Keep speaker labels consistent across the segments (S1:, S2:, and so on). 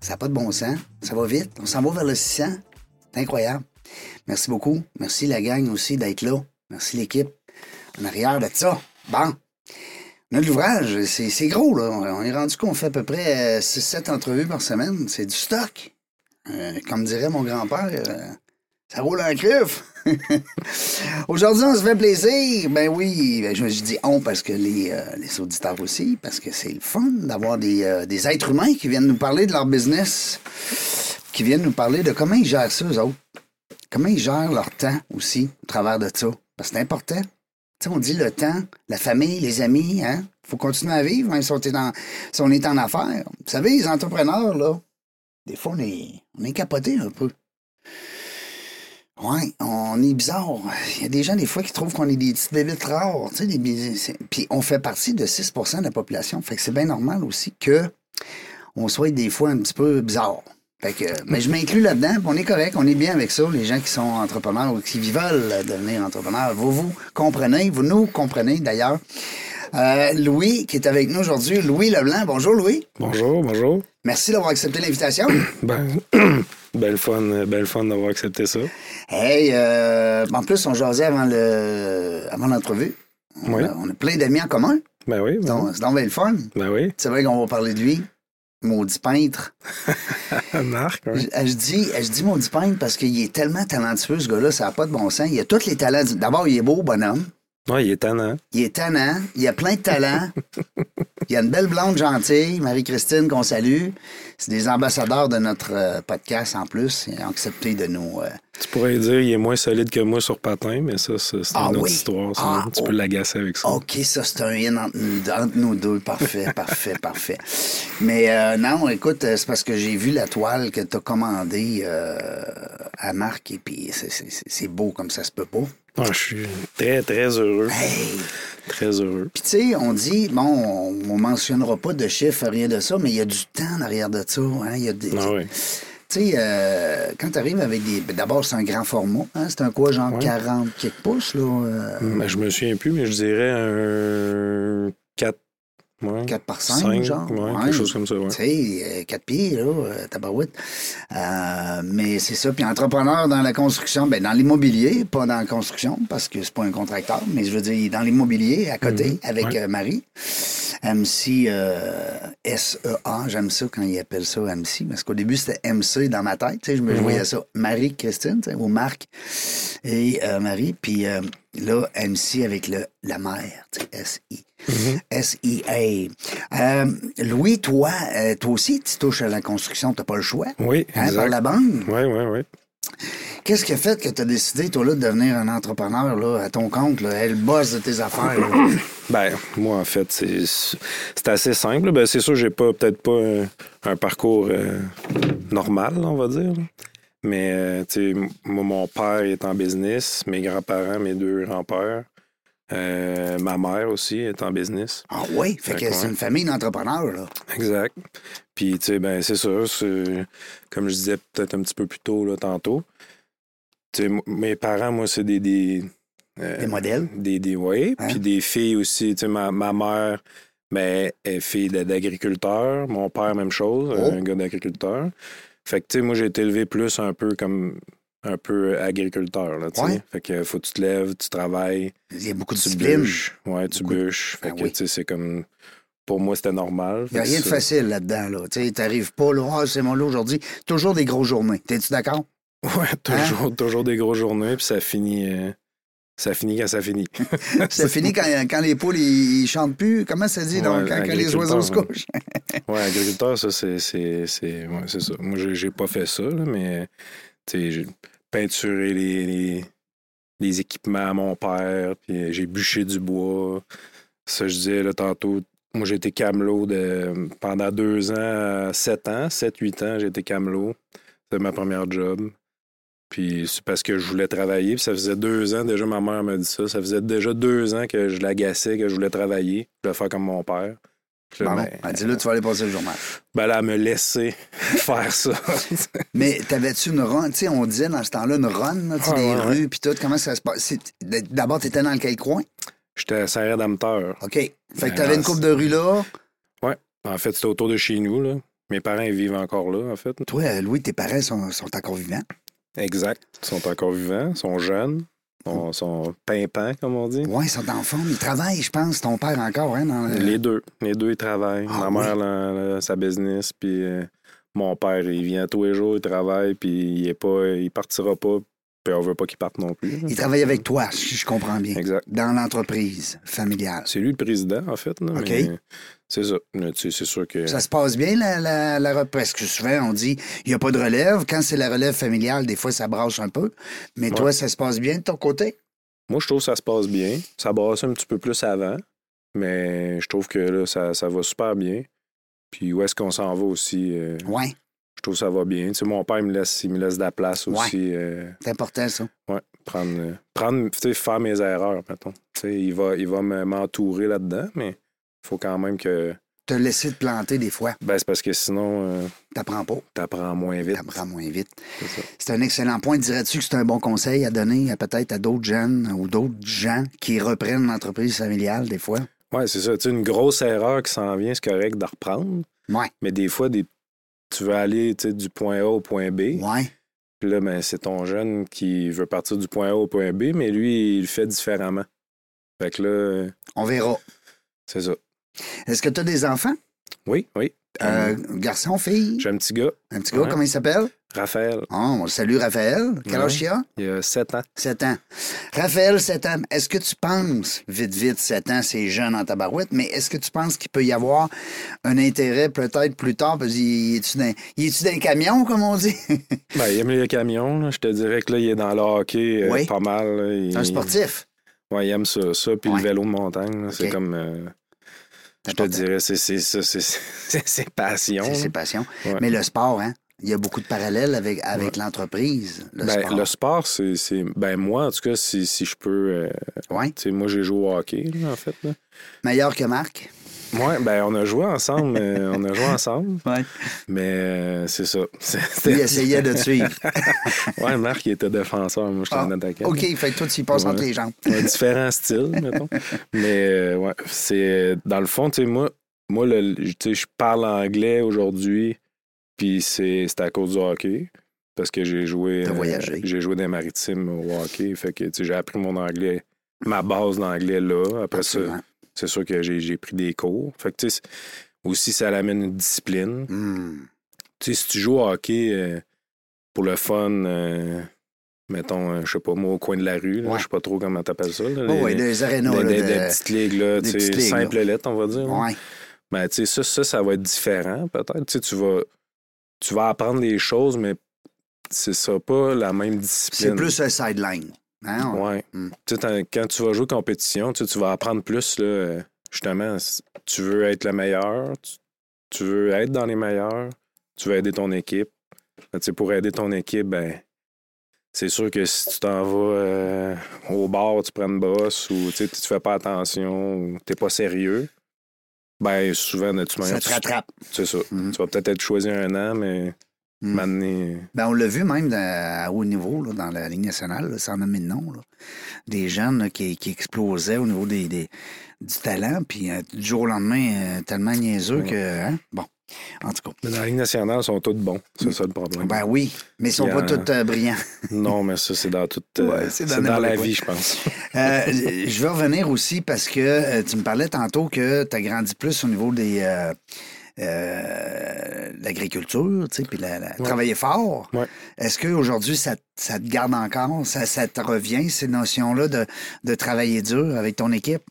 S1: ça n'a pas de bon sens, ça va vite, on s'en va vers le 600, c'est incroyable. Merci beaucoup, merci la gang aussi d'être là, merci l'équipe en arrière de ça. Bon, on a de l'ouvrage, c'est c'est gros là, on est rendu qu'on fait à peu près 6-7 entrevues par semaine, c'est du stock. Euh, comme dirait mon grand-père, euh, ça roule un cliff. Aujourd'hui, on se fait plaisir. Ben oui, ben je, je dis on parce que les, euh, les auditeurs aussi, parce que c'est le fun d'avoir des, euh, des êtres humains qui viennent nous parler de leur business, qui viennent nous parler de comment ils gèrent ça, eux autres. Comment ils gèrent leur temps aussi, au travers de ça. Parce que c'est important. Tu sais, on dit le temps, la famille, les amis, hein? faut continuer à vivre, même si on est en, si on est en affaires. Vous savez, les entrepreneurs, là, des fois, on est, on est capotés un peu. Ouais, on est bizarre. Il y a des gens, des fois, qui trouvent qu'on est des petites bébites rares. Tu sais, des bis- c'est- Puis on fait partie de 6 de la population. Fait que c'est bien normal aussi que on soit des fois un petit peu bizarre. Fait que, mais je m'inclus là-dedans, puis on est correct, on est bien avec ça, les gens qui sont entrepreneurs ou qui veulent devenir entrepreneurs. Vous vous comprenez, vous nous comprenez d'ailleurs. Euh, Louis, qui est avec nous aujourd'hui, Louis Leblanc. Bonjour Louis.
S2: Bonjour, bonjour.
S1: Merci d'avoir accepté l'invitation.
S2: Ben, belle fun, euh, belle fun d'avoir accepté ça.
S1: Hey, euh, en plus, on jasait avant le avant l'entrevue. On,
S2: Oui.
S1: a, on a plein d'amis en commun.
S2: Ben oui, ben,
S1: Donc, c'est donc bien le fun.
S2: ben oui.
S1: C'est vrai qu'on va parler de lui. Maudit peintre.
S2: Marc,
S1: Je, euh,
S2: oui.
S1: je dis, je dis maudit peintre parce qu'il est tellement talentueux, ce gars-là, ça n'a pas de bon sens. Il a tous les talents. du- D'abord, il est beau, bonhomme.
S2: Ouais, il est tannant.
S1: Il est tannant. Il a plein de talents. il a une belle blonde gentille, Marie-Christine, qu'on salue. C'est des ambassadeurs de notre euh, podcast en plus. Ils ont accepté de nous. euh,
S2: Tu pourrais dire qu'il est moins solide que moi sur patin, mais ça, ça, c'est
S1: Ah
S2: une autre
S1: oui.
S2: histoire. ça.
S1: Ah,
S2: tu peux
S1: oh.
S2: l'agacer avec ça.
S1: OK, ça, c'est un in entre nous, deux- entre nous deux. Parfait, parfait, parfait. Mais euh, non, écoute, euh, c'est parce que j'ai vu la toile que t'as commandée euh, à Marc et puis c'est- c'est c'est- c'est beau comme ça se peut pas.
S2: Ah, je suis très, très heureux.
S1: Hey!
S2: Très heureux.
S1: Puis tu sais, on dit, bon, on, on mentionnera pas de chiffres, rien de ça, mais il y a du temps derrière de ça. hein, il y a des-
S2: Ah oui.
S1: Tu sais, euh, quand t'arrives avec des... ben, D'abord, c'est un grand format. Hein, c'est un quoi, genre
S2: Ouais.
S1: 40 quelques pouces, là? euh,
S2: Ben, je me souviens plus, mais je dirais un 4, ouais,
S1: 4 par 5,
S2: 5,
S1: genre.
S2: ouais,
S1: Ouais.
S2: quelque chose comme ça. Ouais.
S1: Tu sais, euh, quatre pieds, là, euh, tabarouette. Euh, mais c'est ça. Puis entrepreneur dans la construction, ben dans l'immobilier, pas dans la construction, parce que c'est pas un contracteur, mais je veux dire, dans l'immobilier, à côté,
S2: Mhm,
S1: avec
S2: ouais.
S1: euh, Marie. MC euh, SEA, j'aime ça quand ils appellent ça MC, parce qu'au début, c'était MC dans ma tête. tu sais, Je me je
S2: Mhm.
S1: voyais ça. Marie-Christine, tu sais, ou Marc et euh, Marie. Puis euh, là, MC avec le, la mère, tu sais, SI.
S2: Mhm.
S1: SEA. Euh, Louis, toi, euh, toi aussi, tu touches à la construction, t'as pas le choix.
S2: Oui,
S1: Hein, par
S2: exact.
S1: la banque.
S2: Oui, oui, oui.
S1: Qu'est-ce qui a fait que tu as décidé, toi, là, de devenir un entrepreneur là, à ton compte, là, elle bosse de tes affaires? là?
S2: Ben, moi, en fait, c'est c'est assez simple. Ben, c'est sûr, j'ai pas peut-être pas un, un parcours euh, normal, on va dire. Mais, euh, tu sais, m- moi, mon père est en business, mes grands-parents, mes deux grands-pères, euh, ma mère aussi est en business.
S1: Ah oui, fait que
S2: Fait que
S1: c'est
S2: ouais.
S1: une famille d'entrepreneurs, là.
S2: Exact. Puis, tu sais, ben, c'est ça. c'est- Comme je disais peut-être un petit peu plus tôt, là, tantôt, tu sais, m- mes parents, moi, c'est des. Des, euh,
S1: Des modèles.
S2: Des, des ouais.
S1: Hein?
S2: Puis des filles aussi. Tu sais, ma, ma mère, ben, elle est fille d'a- d'agriculteur. Mon père, même chose,
S1: Oh.
S2: un gars d'agriculteur. Fait que, tu sais, moi, j'ai été élevé plus un peu comme un peu agriculteur, là, tu sais.
S1: Ouais.
S2: Fait que faut que tu te lèves, tu travailles,
S1: Il y a beaucoup de
S2: tu
S1: discipline.
S2: bûches. Ouais, tu
S1: Beaucoup de-
S2: bûches. Fait
S1: Ah
S2: que,
S1: oui.
S2: tu sais, c'est comme... Pour moi, c'était normal.
S1: Il n'y a
S2: Fait que
S1: rien de
S2: ça-
S1: facile là-dedans, là. Tu sais, t'arrives pas, là, Ah, c'est mon lot aujourd'hui. Toujours des grosses journées. T'es-tu d'accord?
S2: Ouais,
S1: Hein?
S2: toujours, toujours des grosses journées, puis ça finit, euh, ça finit quand ça finit.
S1: C'est fini quand, quand les poules, ils, ils chantent plus. Comment ça dit,
S2: Ouais,
S1: donc, quand, quand les oiseaux se
S2: agriculteur,
S1: couchent?
S2: Ouais, agriculteur, ça, c'est, c'est, c'est, ouais, c'est ça. Moi, j'ai, j'ai pas fait ça, là, mais, tu sais, j'ai peinturé les, les, les euh, équipements à mon père, puis j'ai bûché du bois. Ça, je disais, là, tantôt, Moi, j'ai été camelot de, pendant deux ans, euh, sept ans, sept, huit ans, j'ai été camelot. C'était ma première job. Puis c'est parce que je voulais travailler. Puis ça faisait deux ans, déjà, ma mère m'a dit ça. Ça faisait déjà deux ans que je l'agaçais, que je voulais travailler. Je voulais faire comme mon père. Puis là,
S1: Bon,
S2: ben,
S1: ben, dis-le, tu vas aller passer le journal.
S2: ben là, elle me laissait faire ça.
S1: Mais t'avais-tu une run? Tu sais, on disait dans ce temps-là une run, là, tu sais,
S2: Ah,
S1: des
S2: ouais, ouais.
S1: rues, puis tout. Comment ça se passe? C'est- D'abord, t'étais dans quel coin?
S2: J'étais à Saint-Rédempteur.
S1: OK. Fait que
S2: Ben,
S1: t'avais une
S2: non,
S1: coupe de rue là.
S2: En fait, c'était autour de chez nous. Là. Mes parents ils vivent encore là, en fait.
S1: Toi, euh, Louis, tes parents sont, sont encore vivants.
S2: Exact. Ils sont encore vivants, sont jeunes, sont, sont pimpants, comme on dit.
S1: Ouais, ils sont en forme. Ils travaillent, je pense, ton père encore, hein? Dans le-
S2: Les deux. Les deux, ils travaillent.
S1: Ah,
S2: Ma mère, là, là, sa business, puis euh, mon père, il vient tous les jours, il travaille, puis il est pas, il partira pas, puis on veut pas qu'il parte non plus. là.
S1: Ils travaillent avec toi, si je comprends bien.
S2: Exact.
S1: Dans l'entreprise familiale.
S2: C'est lui le président, en fait. là,
S1: OK.
S2: mais C'est ça. Mais tu sais, C'est sûr que.
S1: Ça se passe bien, la, la, la re- Parce que souvent, on dit, il n'y a pas de relève. Quand c'est la relève familiale, des fois, ça brasse un peu. Mais
S2: Ouais.
S1: toi, ça se passe bien de ton côté?
S2: Moi, je trouve que ça se passe bien. Ça brassait un petit peu plus avant, mais je trouve que là, ça, ça va super bien. Puis où est-ce qu'on s'en va aussi? euh,
S1: Oui,
S2: je trouve que ça va bien. Tu sais, mon père, il me laisse, il me laisse de la place
S1: Ouais.
S2: aussi. euh,
S1: c'est important, ça.
S2: Ouais, prendre, euh, prendre tu sais, faire mes erreurs, mettons. Tu sais, il va, il va me- m'entourer là-dedans, mais il faut quand même que.
S1: Te laisser te planter, des fois,
S2: Ben, c'est parce que sinon, euh,
S1: t'apprends pas,
S2: t'apprends moins vite.
S1: t'apprends moins vite.
S2: C'est ça.
S1: C'est un excellent point. Dirais-tu que c'est un bon conseil à donner à peut-être à d'autres jeunes ou d'autres gens qui reprennent l'entreprise familiale, des fois?
S2: Ouais, c'est ça. Tu sais, une grosse erreur qui s'en vient, c'est correct de reprendre,
S1: Ouais,
S2: mais des fois, des, tu veux aller tu sais, du point A au point B.
S1: ouais.
S2: Puis là, ben, c'est ton jeune qui veut partir du point A au point B, mais lui, il le fait différemment. Fait que là, euh,
S1: On verra.
S2: c'est ça.
S1: Est-ce que tu as des enfants?
S2: Oui, oui.
S1: Euh, garçon, fille?
S2: J'ai un petit gars,
S1: Un petit gars,
S2: Mm-hmm. Ouais.
S1: comment il s'appelle?
S2: Raphaël,
S1: Oh, on le salue, Raphaël. Quel
S2: Ouais.
S1: âge il a?
S2: il a 7 ans.
S1: 7 ans. Raphaël, 7 ans. Est-ce que tu penses, vite, vite, 7 ans, c'est jeune en tabarouette, mais est-ce que tu penses qu'il peut y avoir un intérêt peut-être plus tard? Parce qu'il est-tu dans, il est-tu dans un camion, comme on dit?
S2: Ben, il aime les camions. là. Je te dirais que là, il est dans le hockey euh,
S1: Oui.
S2: pas mal. là. Il-
S1: un sportif.
S2: Ouais, il aime ça. Ça, puis
S1: Ouais.
S2: le vélo de montagne. là, C'est
S1: Ok.
S2: comme. euh, je te
S1: Important.
S2: dirais, c'est c'est ça, c'est- c'est ses passions.
S1: C'est
S2: là.
S1: ses passions.
S2: Ouais.
S1: Mais le sport, hein? Il y a beaucoup de parallèles avec, avec l'entreprise, le
S2: Ben,
S1: sport.
S2: le sport, c'est. c'est- Ben, moi, en tout cas, si, si je peux. euh,
S1: Ouais.
S2: tu sais, moi, j'ai joué au hockey, là, en fait. Là.
S1: Meilleur que Marc.
S2: Ouais, ben, on a joué ensemble. euh, on a joué ensemble.
S1: Ouais.
S2: Mais euh, c'est ça.
S1: Lui
S2: C'était-
S1: essayait de te suivre.
S2: ouais, Marc, il était défenseur. Moi, j'étais
S1: Ah,
S2: un attaquant.
S1: OK, fait que toi, tu y passes
S2: Ouais.
S1: entre les jambes.
S2: Ouais, différents styles, mettons. Mais euh, ouais, c'est dans le fond, tu sais, moi, moi le- tu sais, je parle anglais aujourd'hui, puis c'est c'est à cause du hockey. Parce que j'ai joué, euh,
S1: T'as voyagé.
S2: j'ai joué des maritimes au hockey. Fait que tu sais, j'ai appris mon anglais, ma base d'anglais là. Après ça,
S1: Absolument.
S2: c'est sûr que j'ai j'ai pris des cours. Fait que tu sais, c'est- aussi, ça l'amène une discipline.
S1: Hmm.
S2: Tu sais, si tu joues au hockey euh, pour le fun, euh, mettons, euh, je sais pas moi, au coin de la rue, là,
S1: Ouais.
S2: je sais pas trop comment t'appelles ça. là,
S1: Oh,
S2: les-
S1: ouais, des
S2: des,
S1: arénas. là, de-
S2: des- des petites ligues, là,
S1: des
S2: tu
S1: petites
S2: sais,
S1: ligues,
S2: simples lettres, on va dire. là.
S1: Ouais.
S2: Mais tu sais, ça, ça, ça va être différent, peut-être. Tu sais, tu vas, tu vas apprendre des choses, mais c'est ça pas la même discipline.
S1: C'est plus un sideline. hein, on-
S2: Ouais.
S1: Mm.
S2: Tu sais, t'en- quand tu vas jouer compétition, tu sais, tu vas apprendre plus, là, euh, justement, si tu veux être le meilleur, tu, tu veux être dans les meilleurs, tu veux aider ton équipe. Ben, tu sais, pour aider ton équipe, ben, c'est sûr que si tu t'en vas euh, au bar, tu prends une brosse ou tu sais, tu fais pas attention ou t'es pas sérieux, ben souvent, de toute
S1: Ça
S2: manière,
S1: te
S2: tu-
S1: rattrape.
S2: c'est ça.
S1: Mm.
S2: Tu vas peut-être être choisi un an, mais
S1: Mm.
S2: m'amener.
S1: Ben, on l'a vu même dans- à haut niveau, là, dans la Ligue nationale, là, sans nommer de nom. là. Des jeunes là, qui, qui explosaient au niveau des, des- du talent, puis euh, du jour au lendemain, euh, tellement niaiseux
S2: Ouais.
S1: que. hein, Bon, en tout cas.
S2: Dans la Ligue nationale, ils sont tous bons. C'est ça le problème.
S1: Ben oui, mais ils sont
S2: Puis,
S1: pas
S2: euh,
S1: tous euh, brillants.
S2: Non, mais ça, c'est dans toute. euh,
S1: Ouais, c'est
S2: c'est
S1: dans
S2: dans,
S1: n'importe
S2: la
S1: quoi.
S2: vie, je pense.
S1: Euh, je veux revenir aussi parce que euh, tu me parlais tantôt que tu as grandi plus au niveau des. euh, euh, l'agriculture, tu sais, puis la, la- travailler fort.
S2: Ouais.
S1: Est-ce qu'aujourd'hui, ça, te- ça te garde encore, ça, ça te revient, ces notions-là de, de travailler dur avec ton équipe?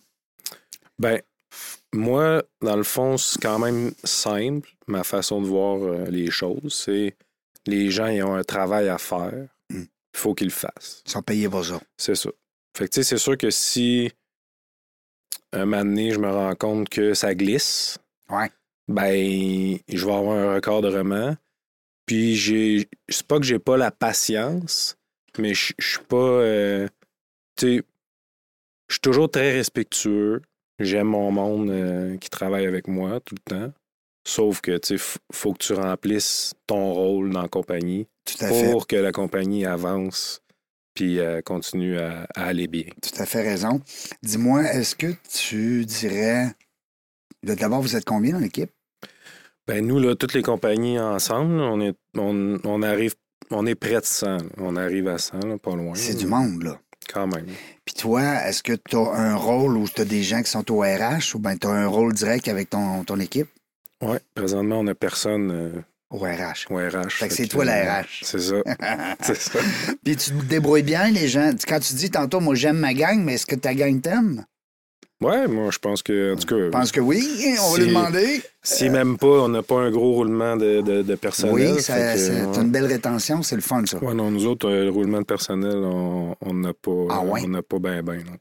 S2: Ben, moi, dans le fond, c'est quand même simple, ma façon de voir euh, les choses. C'est les gens, ils ont un travail à faire.
S1: Mm.
S2: Il faut qu'ils le fassent.
S1: Ils sont payés pour ça.
S2: C'est ça. Fait que, tu sais, c'est sûr que si. un moment donné, je me rends compte que ça glisse.
S1: Ouais.
S2: Ben, je vais avoir un record de roman. Puis, j'ai, c'est pas que j'ai pas la patience, mais je je suis pas. euh, tu sais, je suis toujours très respectueux. J'aime mon monde euh, qui travaille avec moi tout le temps. Sauf que, tu sais, f- faut que tu remplisses ton rôle dans la compagnie
S1: Tout à fait.
S2: pour que la compagnie avance puis euh, continue à, à aller bien.
S1: Tout à fait raison. Dis-moi, est-ce que tu dirais. D'abord, vous êtes combien dans l'équipe?
S2: Ben nous, là, toutes les compagnies ensemble, là, on est on, on arrive on est près de 100. là. On arrive à 100, là, pas loin.
S1: C'est
S2: là,
S1: du monde, là.
S2: Quand même.
S1: Puis toi, est-ce que tu as un rôle où tu as des gens qui sont au RH ou bien tu as un rôle direct avec ton, ton équipe
S2: Ouais, présentement, on a personne euh,
S1: au RH?
S2: au RH.
S1: Fait que c'est toi la RH.
S2: euh, C'est ça. c'est ça.
S1: Puis tu te débrouilles bien, les gens. Quand tu dis tantôt, moi j'aime ma gang, mais est-ce que ta gang t'aime?
S2: Ouais, moi, je pense que, en tout
S1: Je
S2: cas,
S1: pense que oui, on va lui
S2: Si-
S1: demander.
S2: si même pas, on n'a pas un gros roulement de, de, de personnel.
S1: Oui, ça-
S2: fait que,
S1: ça-
S2: ouais.
S1: t'as une belle rétention, c'est le fun, ça.
S2: Ouais, non, nous autres, euh, le roulement de personnel, on on n'a pas,
S1: Ah ouais?
S2: on n'a pas ben ben. non.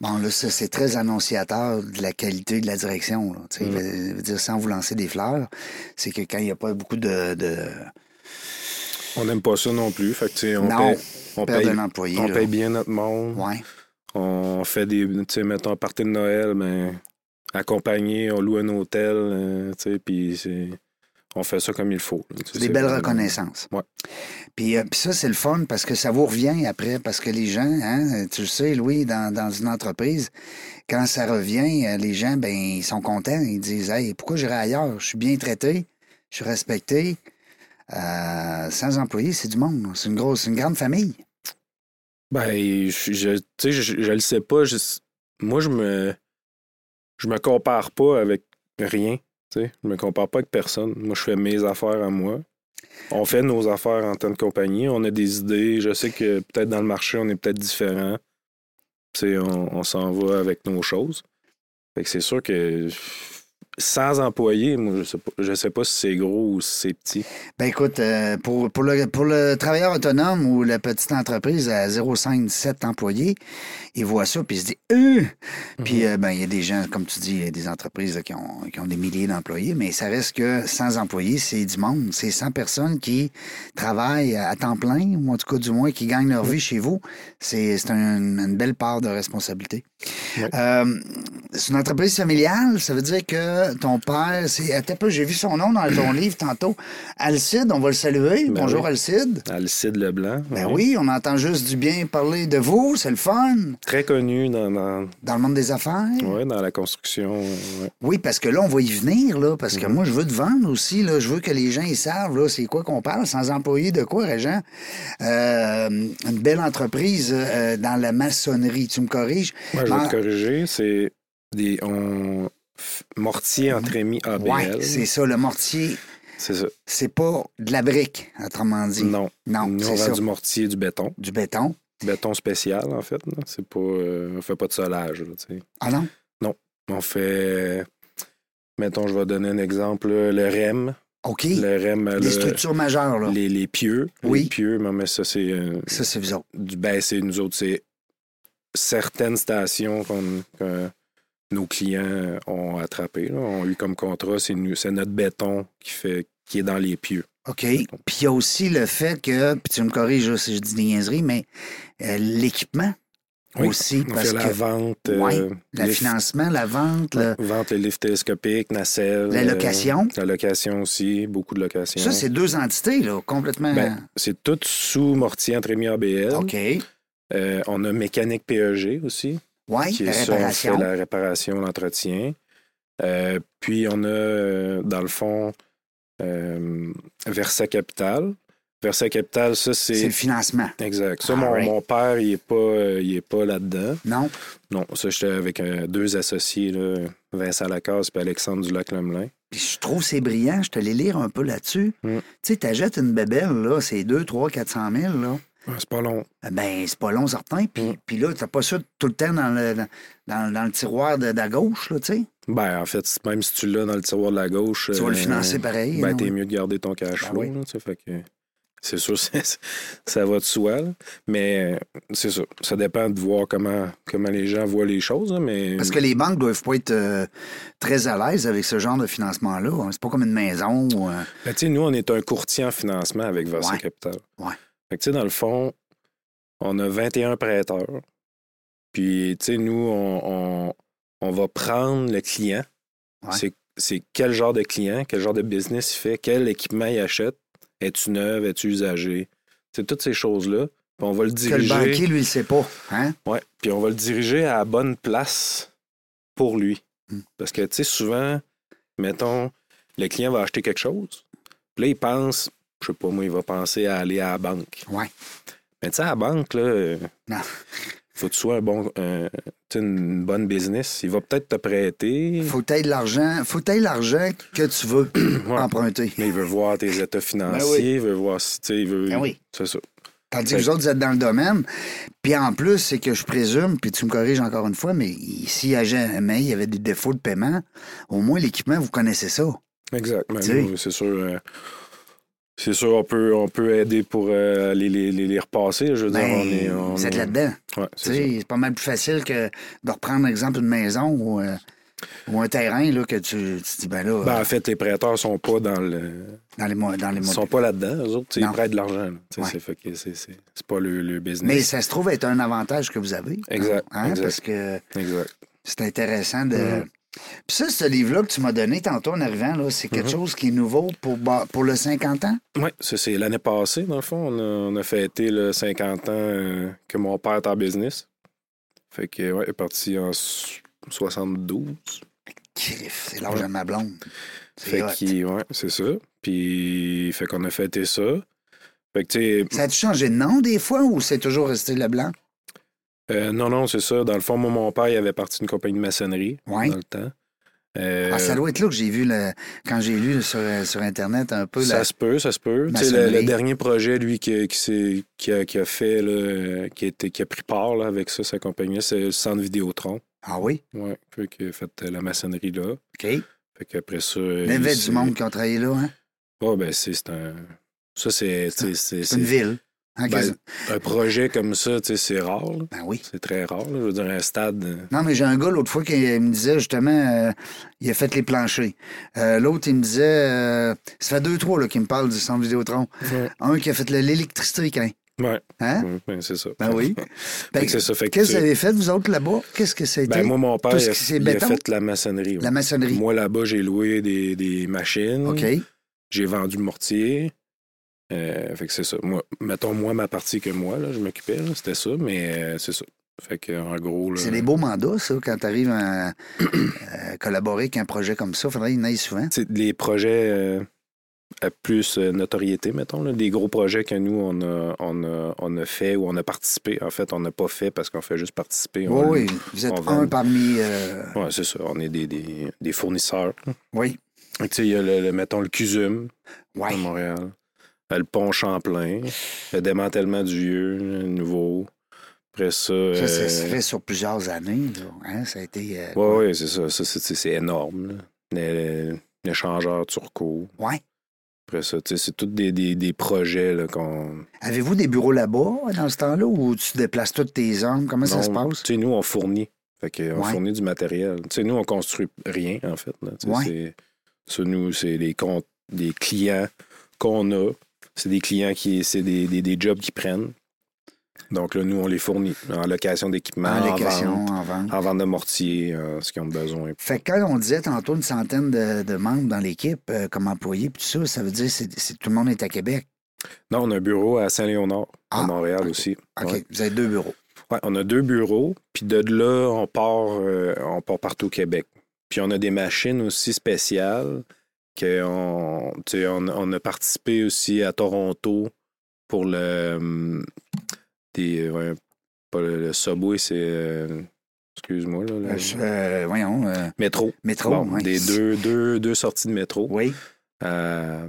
S1: Bon, là, ça, c'est très annonciateur de la qualité de la direction. Là, Tu sais,
S2: Mm.
S1: je veux dire, sans vous lancer des fleurs, c'est que quand il n'y a pas beaucoup de. de...
S2: On n'aime pas ça non plus. Fait que, tu sais, on
S1: Non,
S2: paye, on
S1: perdre
S2: paye-
S1: un employé.
S2: on
S1: là.
S2: paye bien notre monde.
S1: Ouais.
S2: On fait des, tu sais, mettons, partie de Noël, ben, accompagné, on loue un hôtel, euh, tu sais, puis c'est- on fait ça comme il faut. là, tu sais,
S1: Des
S2: c'est
S1: belles
S2: vraiment-
S1: reconnaissances.
S2: Ouais.
S1: Puis, euh, puis ça, c'est le fun parce que ça vous revient après, parce que les gens, hein, tu le sais, Louis, dans, dans une entreprise, quand ça revient, euh, les gens, ben, ils sont contents. Ils disent Hey, pourquoi j'irai ailleurs? Je suis bien traité, je suis respecté. Euh, sans employés, c'est du monde. là. C'est une grosse, c'est une grande famille.
S2: Ben, je, je- tu sais, je, je le sais pas. je- moi, je me, je me compare pas avec rien. Tu sais, je me compare pas avec personne. Moi, je fais mes affaires à moi. On fait nos affaires en tant que compagnie. On a des idées. Je sais que peut-être dans le marché, on est peut-être différent. Tu sais, on, on s'en va avec nos choses. Fait que c'est sûr que sans employé, moi, je sais pas, je sais pas si c'est gros ou si c'est petit.
S1: Ben écoute, euh, pour, pour, le, pour le travailleur autonome ou la petite entreprise à 0,57 employés, il voit ça puis il se dit Euh!
S2: Mhm.
S1: Puis euh, ben il y a des gens, comme tu dis, il y a des entreprises là, qui, ont, qui ont des milliers d'employés, mais ça reste que 100 employés, c'est du monde. C'est 100 personnes qui travaillent à temps plein, ou en tout cas du moins qui gagnent leur vie chez vous. C'est c'est un- une belle part de responsabilité.
S2: Ouais.
S1: Euh, c'est une entreprise familiale, ça veut dire que ton père, c'est. Attends un peu, j'ai vu son nom dans ton livre tantôt. Alcide, on va le saluer.
S2: Ben
S1: Bonjour
S2: oui.
S1: Alcide.
S2: Alcide Leblanc.
S1: Ben
S2: ouais.
S1: oui, on entend juste du bien parler de vous, c'est le fun.
S2: Très connu dans, dans,
S1: Dans le monde des affaires.
S2: ouais, dans la construction. euh, ouais.
S1: Oui, parce que là, on va y venir, là, parce que moi, je veux te vendre aussi, là. Je veux que les gens, ils savent, là, c'est quoi qu'on parle, sans employer de quoi, Régent. Euh, une belle entreprise euh, dans la maçonnerie. Tu me corriges?
S2: Moi, je vais
S1: Ben,
S2: te corriger, c'est des on, f- mortier en trémie ABL.
S1: ouais, c'est ça, le mortier,
S2: c'est ça.
S1: c'est pas de la brique, autrement dit.
S2: Non. Nous, on
S1: c'est
S2: vend
S1: ça. Du...
S2: du mortier et du béton.
S1: béton.
S2: Béton spécial, en fait. là. C'est pas, euh, on fait pas de solage. là, tu sais.
S1: Ah non?
S2: on fait. Mettons, je vais donner un exemple. là, Le REM.
S1: OK.
S2: Le REM,
S1: Les
S2: le-
S1: structures majeures, là.
S2: les, les pieux.
S1: Oui.
S2: Les pieux, mais mais ça, c'est. euh,
S1: Ça, c'est vous autres.
S2: du ben, c'est nous autres, c'est certaines stations qu'on- que nos clients ont attrapées, là, ont eu comme contrat, c'est nous- c'est notre béton qui fait qui est dans les pieux.
S1: OK. Puis il y a aussi le fait que, puis tu me corriges là, si je dis des niaiseries, mais euh, l'équipement
S2: Oui,
S1: aussi,
S2: On
S1: parce
S2: fait la
S1: que
S2: vente,
S1: Ouais, le
S2: les-
S1: financement, la vente, le-
S2: vente, les lifts télescopiques, nacelle.
S1: la location.
S2: euh, la location aussi, beaucoup de locations.
S1: Ça, c'est deux entités, là, complètement.
S2: Ben, c'est tout sous mortier entre Rémi ABL.
S1: OK.
S2: Euh, on a mécanique PEG aussi.
S1: Oui,
S2: qui
S1: la
S2: est ça, on fait
S1: Ah, réparation.
S2: la réparation, l'entretien. Euh, puis on a, euh, dans le fond, euh, Versa Capital. Versa Capital, ça,
S1: C'est
S2: c'est.
S1: le financement.
S2: Exact. Ça,
S1: Ah,
S2: mon,
S1: right.
S2: mon père, il n'est pas, euh, il est pas là-dedans.
S1: Non?
S2: Non, ça, j'étais avec euh, deux associés, là, Vincent Lacasse et Alexandre Dulac-Lemelin.
S1: Puis je trouve c'est brillant, je te l'ai lire un peu là-dessus.
S2: Mm.
S1: Tu sais, t'achètes une bébelle, là, c'est 2, 3, 400 000, là.
S2: C'est pas long.
S1: Ben, c'est pas long, certain. Puis,
S2: Mm.
S1: puis là, t'as pas ça tout le temps dans le, dans, dans- dans le tiroir de, de la gauche, là, tu sais.
S2: Ben, en fait, c'est- même si tu l'as dans le tiroir de la gauche.
S1: Tu vas le
S2: euh,
S1: financer pareil.
S2: Ben,
S1: non? hein.
S2: t'es mieux de garder ton cash
S1: Ben
S2: flow.
S1: oui.
S2: là, tu sais, fait que- C'est sûr, c'est- ça va de soi. là. Mais euh, c'est sûr, ça dépend de voir comment, comment les gens voient les choses. là, mais
S1: Parce que les banques doivent pas être euh, très à l'aise avec ce genre de financement-là. hein. C'est pas comme une maison. ou, euh,
S2: Ben, tu sais, nous, on est un courtier en financement avec Versa
S1: Ouais.
S2: Capital.
S1: Ouais.
S2: Fait que, tu sais, dans le fond, on a 21 prêteurs. Puis, tu sais, nous, on, on- on va prendre le client.
S1: Ouais.
S2: C'est, c'est quel genre de client, quel genre de business il fait, quel équipement il achète. Es-tu neuve, es-tu usagé? Tu sais, toutes ces choses-là. Puis on va le
S1: que le
S2: diriger.
S1: banquier, lui, il sait pas. Hein?
S2: Ouais, puis on va le diriger à la bonne place pour lui.
S1: Mm.
S2: Parce que, tu sais, souvent, mettons, le client va acheter quelque chose, puis là, il pense, je sais pas moi, il va penser à aller à la banque.
S1: Ouais.
S2: Mais tu sais, à la banque, là, euh,
S1: Non.
S2: faut que tu sois un bon, un- tu sais, une bonne business. Il va peut-être te prêter,
S1: Faut que t'aies de l'argent. Faut que t'aies l'argent que tu veux
S2: Ouais.
S1: emprunter.
S2: mais il veut voir tes états financiers, il veut voir si, tu sais, il veut...
S1: Ben oui.
S2: C'est ça.
S1: Tandis
S2: Fait-
S1: que vous autres, vous êtes dans le domaine. Puis en plus, c'est que je présume, puis tu me corriges encore une fois, mais s'il y a jamais, il y avait des défauts de paiement, au moins l'équipement, vous connaissez ça.
S2: Exact. Mais
S1: Tu sais.
S2: nous, c'est sûr. euh, c'est sûr, on peut, on peut aider pour euh, les, les, les, les repasser. Je veux dire, on est.
S1: Ben,
S2: on-
S1: vous êtes là-dedans.
S2: Ouais,
S1: Tu
S2: c'est ça.
S1: sais, C'est pas mal plus facile que de reprendre, par exemple, une maison ou, euh, ou un terrain là, que tu, tu te dis, ben là,
S2: Ben, en fait, les prêteurs sont pas dans le.
S1: dans les mois. Dans les
S2: Ils
S1: mois
S2: sont pas là-dedans. Eux autres, tu sais, ils
S1: Non.
S2: prêtent de l'argent. là. Tu sais,
S1: Ouais.
S2: C'est fait que c'est- c'est c'est pas le, le
S1: Mais
S2: business.
S1: ça se trouve être un avantage que vous avez.
S2: Exact,
S1: Hein,
S2: exact.
S1: Parce que
S2: Exact.
S1: c'est intéressant de.
S2: Mhm.
S1: Puis ça, ce livre-là que tu m'as donné tantôt en arrivant, là, c'est
S2: Mm-hmm.
S1: quelque chose qui est nouveau pour, ba- pour le 50 ans?
S2: Oui, ça, c'est l'année passée, dans le fond. On a, on a fêté le 50 ans euh, que mon père est en business. Fait que, ouais, il est parti en so- 72.
S1: Crif, c'est l'âge de ma blonde. C'est
S2: Fait
S1: hot.
S2: qu'il, ouais, c'est ça. Puis, fait qu'on a fêté ça. Fait que, tu sais,
S1: Ça a-tu changé de nom des fois ou c'est toujours resté Leblanc?
S2: euh, non, non, c'est ça. Dans le fond, moi, mon père, il avait parti d'une compagnie de maçonnerie
S1: Ouais.
S2: dans le temps. Euh,
S1: Ah, ça doit être là que j'ai vu, le... quand j'ai lu sur, euh, sur Internet un peu.
S2: ça
S1: la-
S2: se peut, ça se peut. Tu sais, le,
S1: Maçonnerie.
S2: le dernier projet, lui, qui, qui, s'est- qui a, qui a fait, là, euh, qui, a été- qui a pris part là, avec ça, sa compagnie, c'est le centre Vidéotron.
S1: Ah oui?
S2: Ouais, fait qu'il a fait euh, la maçonnerie là.
S1: OK.
S2: Fait qu'après ça. euh,
S1: Il y avait
S2: il
S1: du
S2: s'est-
S1: monde qui ont travaillé là, hein?
S2: Ouais, ben, c'est c'est un. Ça, c'est. tu sais, C'est
S1: C'est une
S2: c'est-
S1: ville. Hein,
S2: ben,
S1: quasi-
S2: un projet comme ça, tu sais, c'est rare. là.
S1: ben oui.
S2: C'est très rare. là. Je veux dire, un stade. euh,
S1: Non, mais j'ai un gars l'autre fois qui me disait justement, euh, il a fait les planchers. Euh, l'autre, il me disait, euh, ça fait deux, trois là, qui me parlent du centre Vidéotron.
S2: Ouais.
S1: Un qui a fait le- l'électricité, quand.
S2: Ouais.
S1: Hein?
S2: Ouais, ben, c'est ça.
S1: Ben oui.
S2: Fait
S1: Fait
S2: que
S1: que-
S2: c'est ça. Fait que
S1: Qu'est-ce que
S2: tu-
S1: vous avez fait, vous autres, là-bas? Qu'est-ce que ça a été?
S2: ben, moi, mon père,
S1: tout ce
S2: il a,
S1: qui c'est
S2: il a
S1: béton?
S2: fait la maçonnerie. ouais.
S1: La maçonnerie.
S2: Moi, là-bas, j'ai loué des, des machines.
S1: OK.
S2: J'ai vendu le mortier. Euh, fait que c'est ça. Moi, mettons, moi, ma partie que moi, là, je m'occupais, là, c'était ça, mais euh, c'est ça. Fait que, en gros, là.
S1: C'est des beaux mandats, ça, quand tu arrives à à collaborer avec un projet comme ça. Faudrait qu'il y en aille souvent.
S2: c'est des projets euh, à plus euh, notoriété, mettons, là, des gros projets que nous, on a, on, a, on a fait ou on a participé. En fait, on n'a pas fait parce qu'on fait juste participer. on
S1: Oui, oui. Vous êtes
S2: on vend.
S1: un parmi. euh,
S2: l'a- Ouais, c'est ça. On est des, des, des fournisseurs.
S1: Oui.
S2: Tu sais, il y a, le, le- mettons, le CUSUM à
S1: Ouais.
S2: Montréal, euh, le pont Champlain, le démantèlement du vieux, le nouveau. Après ça...
S1: Ça, ça se
S2: euh,
S1: fait sur plusieurs années. là, hein, Ça a été. euh,
S2: Oui, oui, c'est ça. ça c'est- c'est c'est énorme. là. Le- L'échangeur turco.
S1: Ouais.
S2: Après ça, tu sais, c'est tous des, des, des projets là, qu'on.
S1: Avez-vous des bureaux là-bas dans ce temps-là ou tu déplaces tous tes hommes? Comment ça se
S2: Non,
S1: passe?
S2: Tu sais, nous, on fournit. Fait que, on
S1: Ouais.
S2: fournit du matériel. Tu sais, nous, on construit rien, en fait. là. Tu sais,
S1: Ouais.
S2: c'est- ça, nous, c'est les comptes, des clients qu'on a. C'est des clients qui. C'est des, des, des jobs qu'ils prennent. Donc là, nous, on les fournit en location d'équipement,
S1: en
S2: Ben, en,
S1: location,
S2: vente,
S1: en vente.
S2: en vente de mortier, en ce qu'ils ont besoin.
S1: Fait que quand on disait tantôt une centaine de, de membres dans l'équipe euh, comme employés, puis tout ça, ça veut dire que c'est, c'est- tout le monde est à Québec.
S2: Non, on a un bureau à Saint-Léonard, à
S1: Ah,
S2: Montréal
S1: ok.
S2: aussi.
S1: OK,
S2: Ouais.
S1: vous avez deux bureaux.
S2: Ouais, on a deux bureaux, puis de là, on part, euh, on part partout au Québec. Puis on a des machines aussi spéciales que on, tu sais, on, on a participé aussi à Toronto pour le hum, des, ouais, pas le, le subway, c'est euh, excuse-moi là, le
S1: Euh, euh, voyons, euh,
S2: métro.
S1: métro.
S2: Bon,
S1: ouais.
S2: des deux, deux, deux sorties de métro
S1: Oui,
S2: à,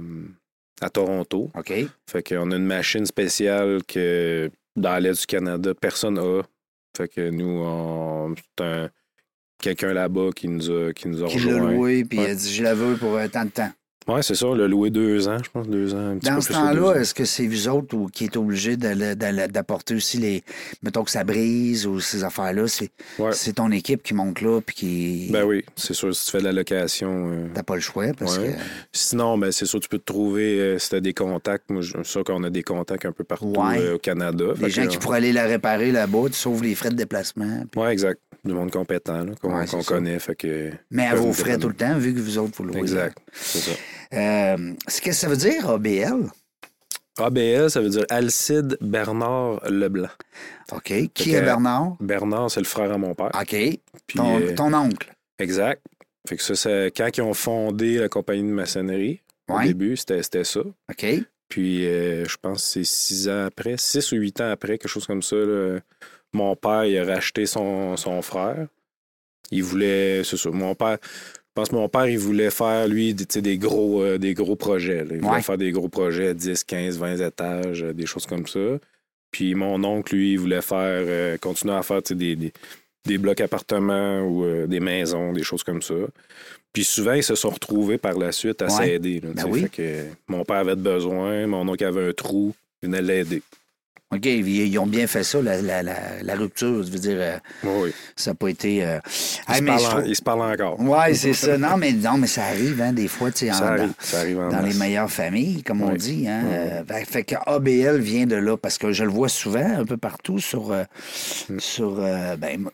S2: à Toronto.
S1: OK.
S2: Fait qu'on a une machine spéciale que dans l'Est du Canada, personne n'a. Fait que nous, on- c'est un- quelqu'un là-bas qui nous a, qui nous a
S1: Qui l'a
S2: rejoint.
S1: loué, puis
S2: Ouais.
S1: il a dit, je la veux pour euh, tant de temps.
S2: Oui, c'est ça, le louer deux ans, je pense, deux ans. Un petit
S1: Dans
S2: peu
S1: ce
S2: plus que deux
S1: temps-là,
S2: ans.
S1: est-ce que c'est vous autres ou qui êtes obligés d'aller- d'aller- d'apporter aussi les. Mettons que ça brise ou ces affaires-là, c'est
S2: Ouais.
S1: c'est ton équipe qui monte là puis qui.
S2: Ben oui, c'est sûr, si tu fais de la location. euh,
S1: T'as pas le choix parce
S2: Ouais.
S1: que.
S2: Sinon, ben, c'est sûr, tu peux te trouver euh, si tu as des contacts. Moi, je- ça, qu'on a des contacts un peu partout
S1: Ouais.
S2: euh, au Canada. Fait
S1: Les
S2: que,
S1: gens qui
S2: euh,
S1: pourraient aller la réparer là-bas, tu sauves les frais de déplacement. puis-
S2: Ouais, exact. Du monde compétent là, qu'on
S1: Ouais, c'est
S2: qu'on
S1: ça.
S2: connaît. Fait que...
S1: Mais à
S2: peuvent
S1: vos
S2: nous
S1: frais tout le
S2: dépanner.
S1: temps, vu que vous autres, vous louez.
S2: Exact. C'est ça.
S1: Euh, ce que ça veut dire, ABL?
S2: ABL, ça veut dire Alcide Bernard Leblanc.
S1: OK. Qui
S2: que-
S1: est Bernard?
S2: Bernard, c'est le frère à mon père.
S1: OK.
S2: Puis,
S1: Ton,
S2: euh,
S1: ton oncle.
S2: Exact. Fait que ça, c'est quand ils ont fondé la compagnie de maçonnerie, au
S1: Ouais.
S2: début, c'était c'était ça.
S1: OK.
S2: Puis euh, je pense que c'est six ans après, six ou huit ans après, quelque chose comme ça, là, mon père il a racheté son, son frère. Il voulait, c'est ça, mon père, je pense que mon père, il voulait faire, lui, des, tu sais, des gros, euh, des gros projets. là. Il voulait
S1: Ouais.
S2: faire des gros projets, 10, 15, 20 étages, euh, des choses comme ça. Puis mon oncle, lui, il voulait faire, euh, continuer à faire tu sais, des, des, des blocs appartements ou euh, des maisons, des choses comme ça. Puis souvent, ils se sont retrouvés par la suite à
S1: Ouais.
S2: s'aider. là, tu
S1: Ben
S2: sais.
S1: oui.
S2: Fait que mon père avait de besoin, mon oncle avait un trou, il venait l'aider.
S1: OK. Ils, ils ont bien fait ça, la, la, la, la rupture. Je veux dire, euh,
S2: Oui.
S1: ça n'a pas été. euh,
S2: Ils,
S1: hey,
S2: se
S1: mais
S2: parlent
S1: je
S2: en-
S1: trouve-
S2: ils se parlent encore.
S1: Ouais, c'est ça. Non, mais non, mais ça arrive, hein, des fois, tu sais, en-
S2: Ça arrive,
S1: dans-
S2: ça arrive en
S1: dans les
S2: masse.
S1: meilleures familles, comme on
S2: Ah, Oui.
S1: dit. Hein? Euh, ben, fait que ABL vient de là, parce que je le vois souvent un peu partout sur, euh,
S2: Mm.
S1: sur euh, ben, m-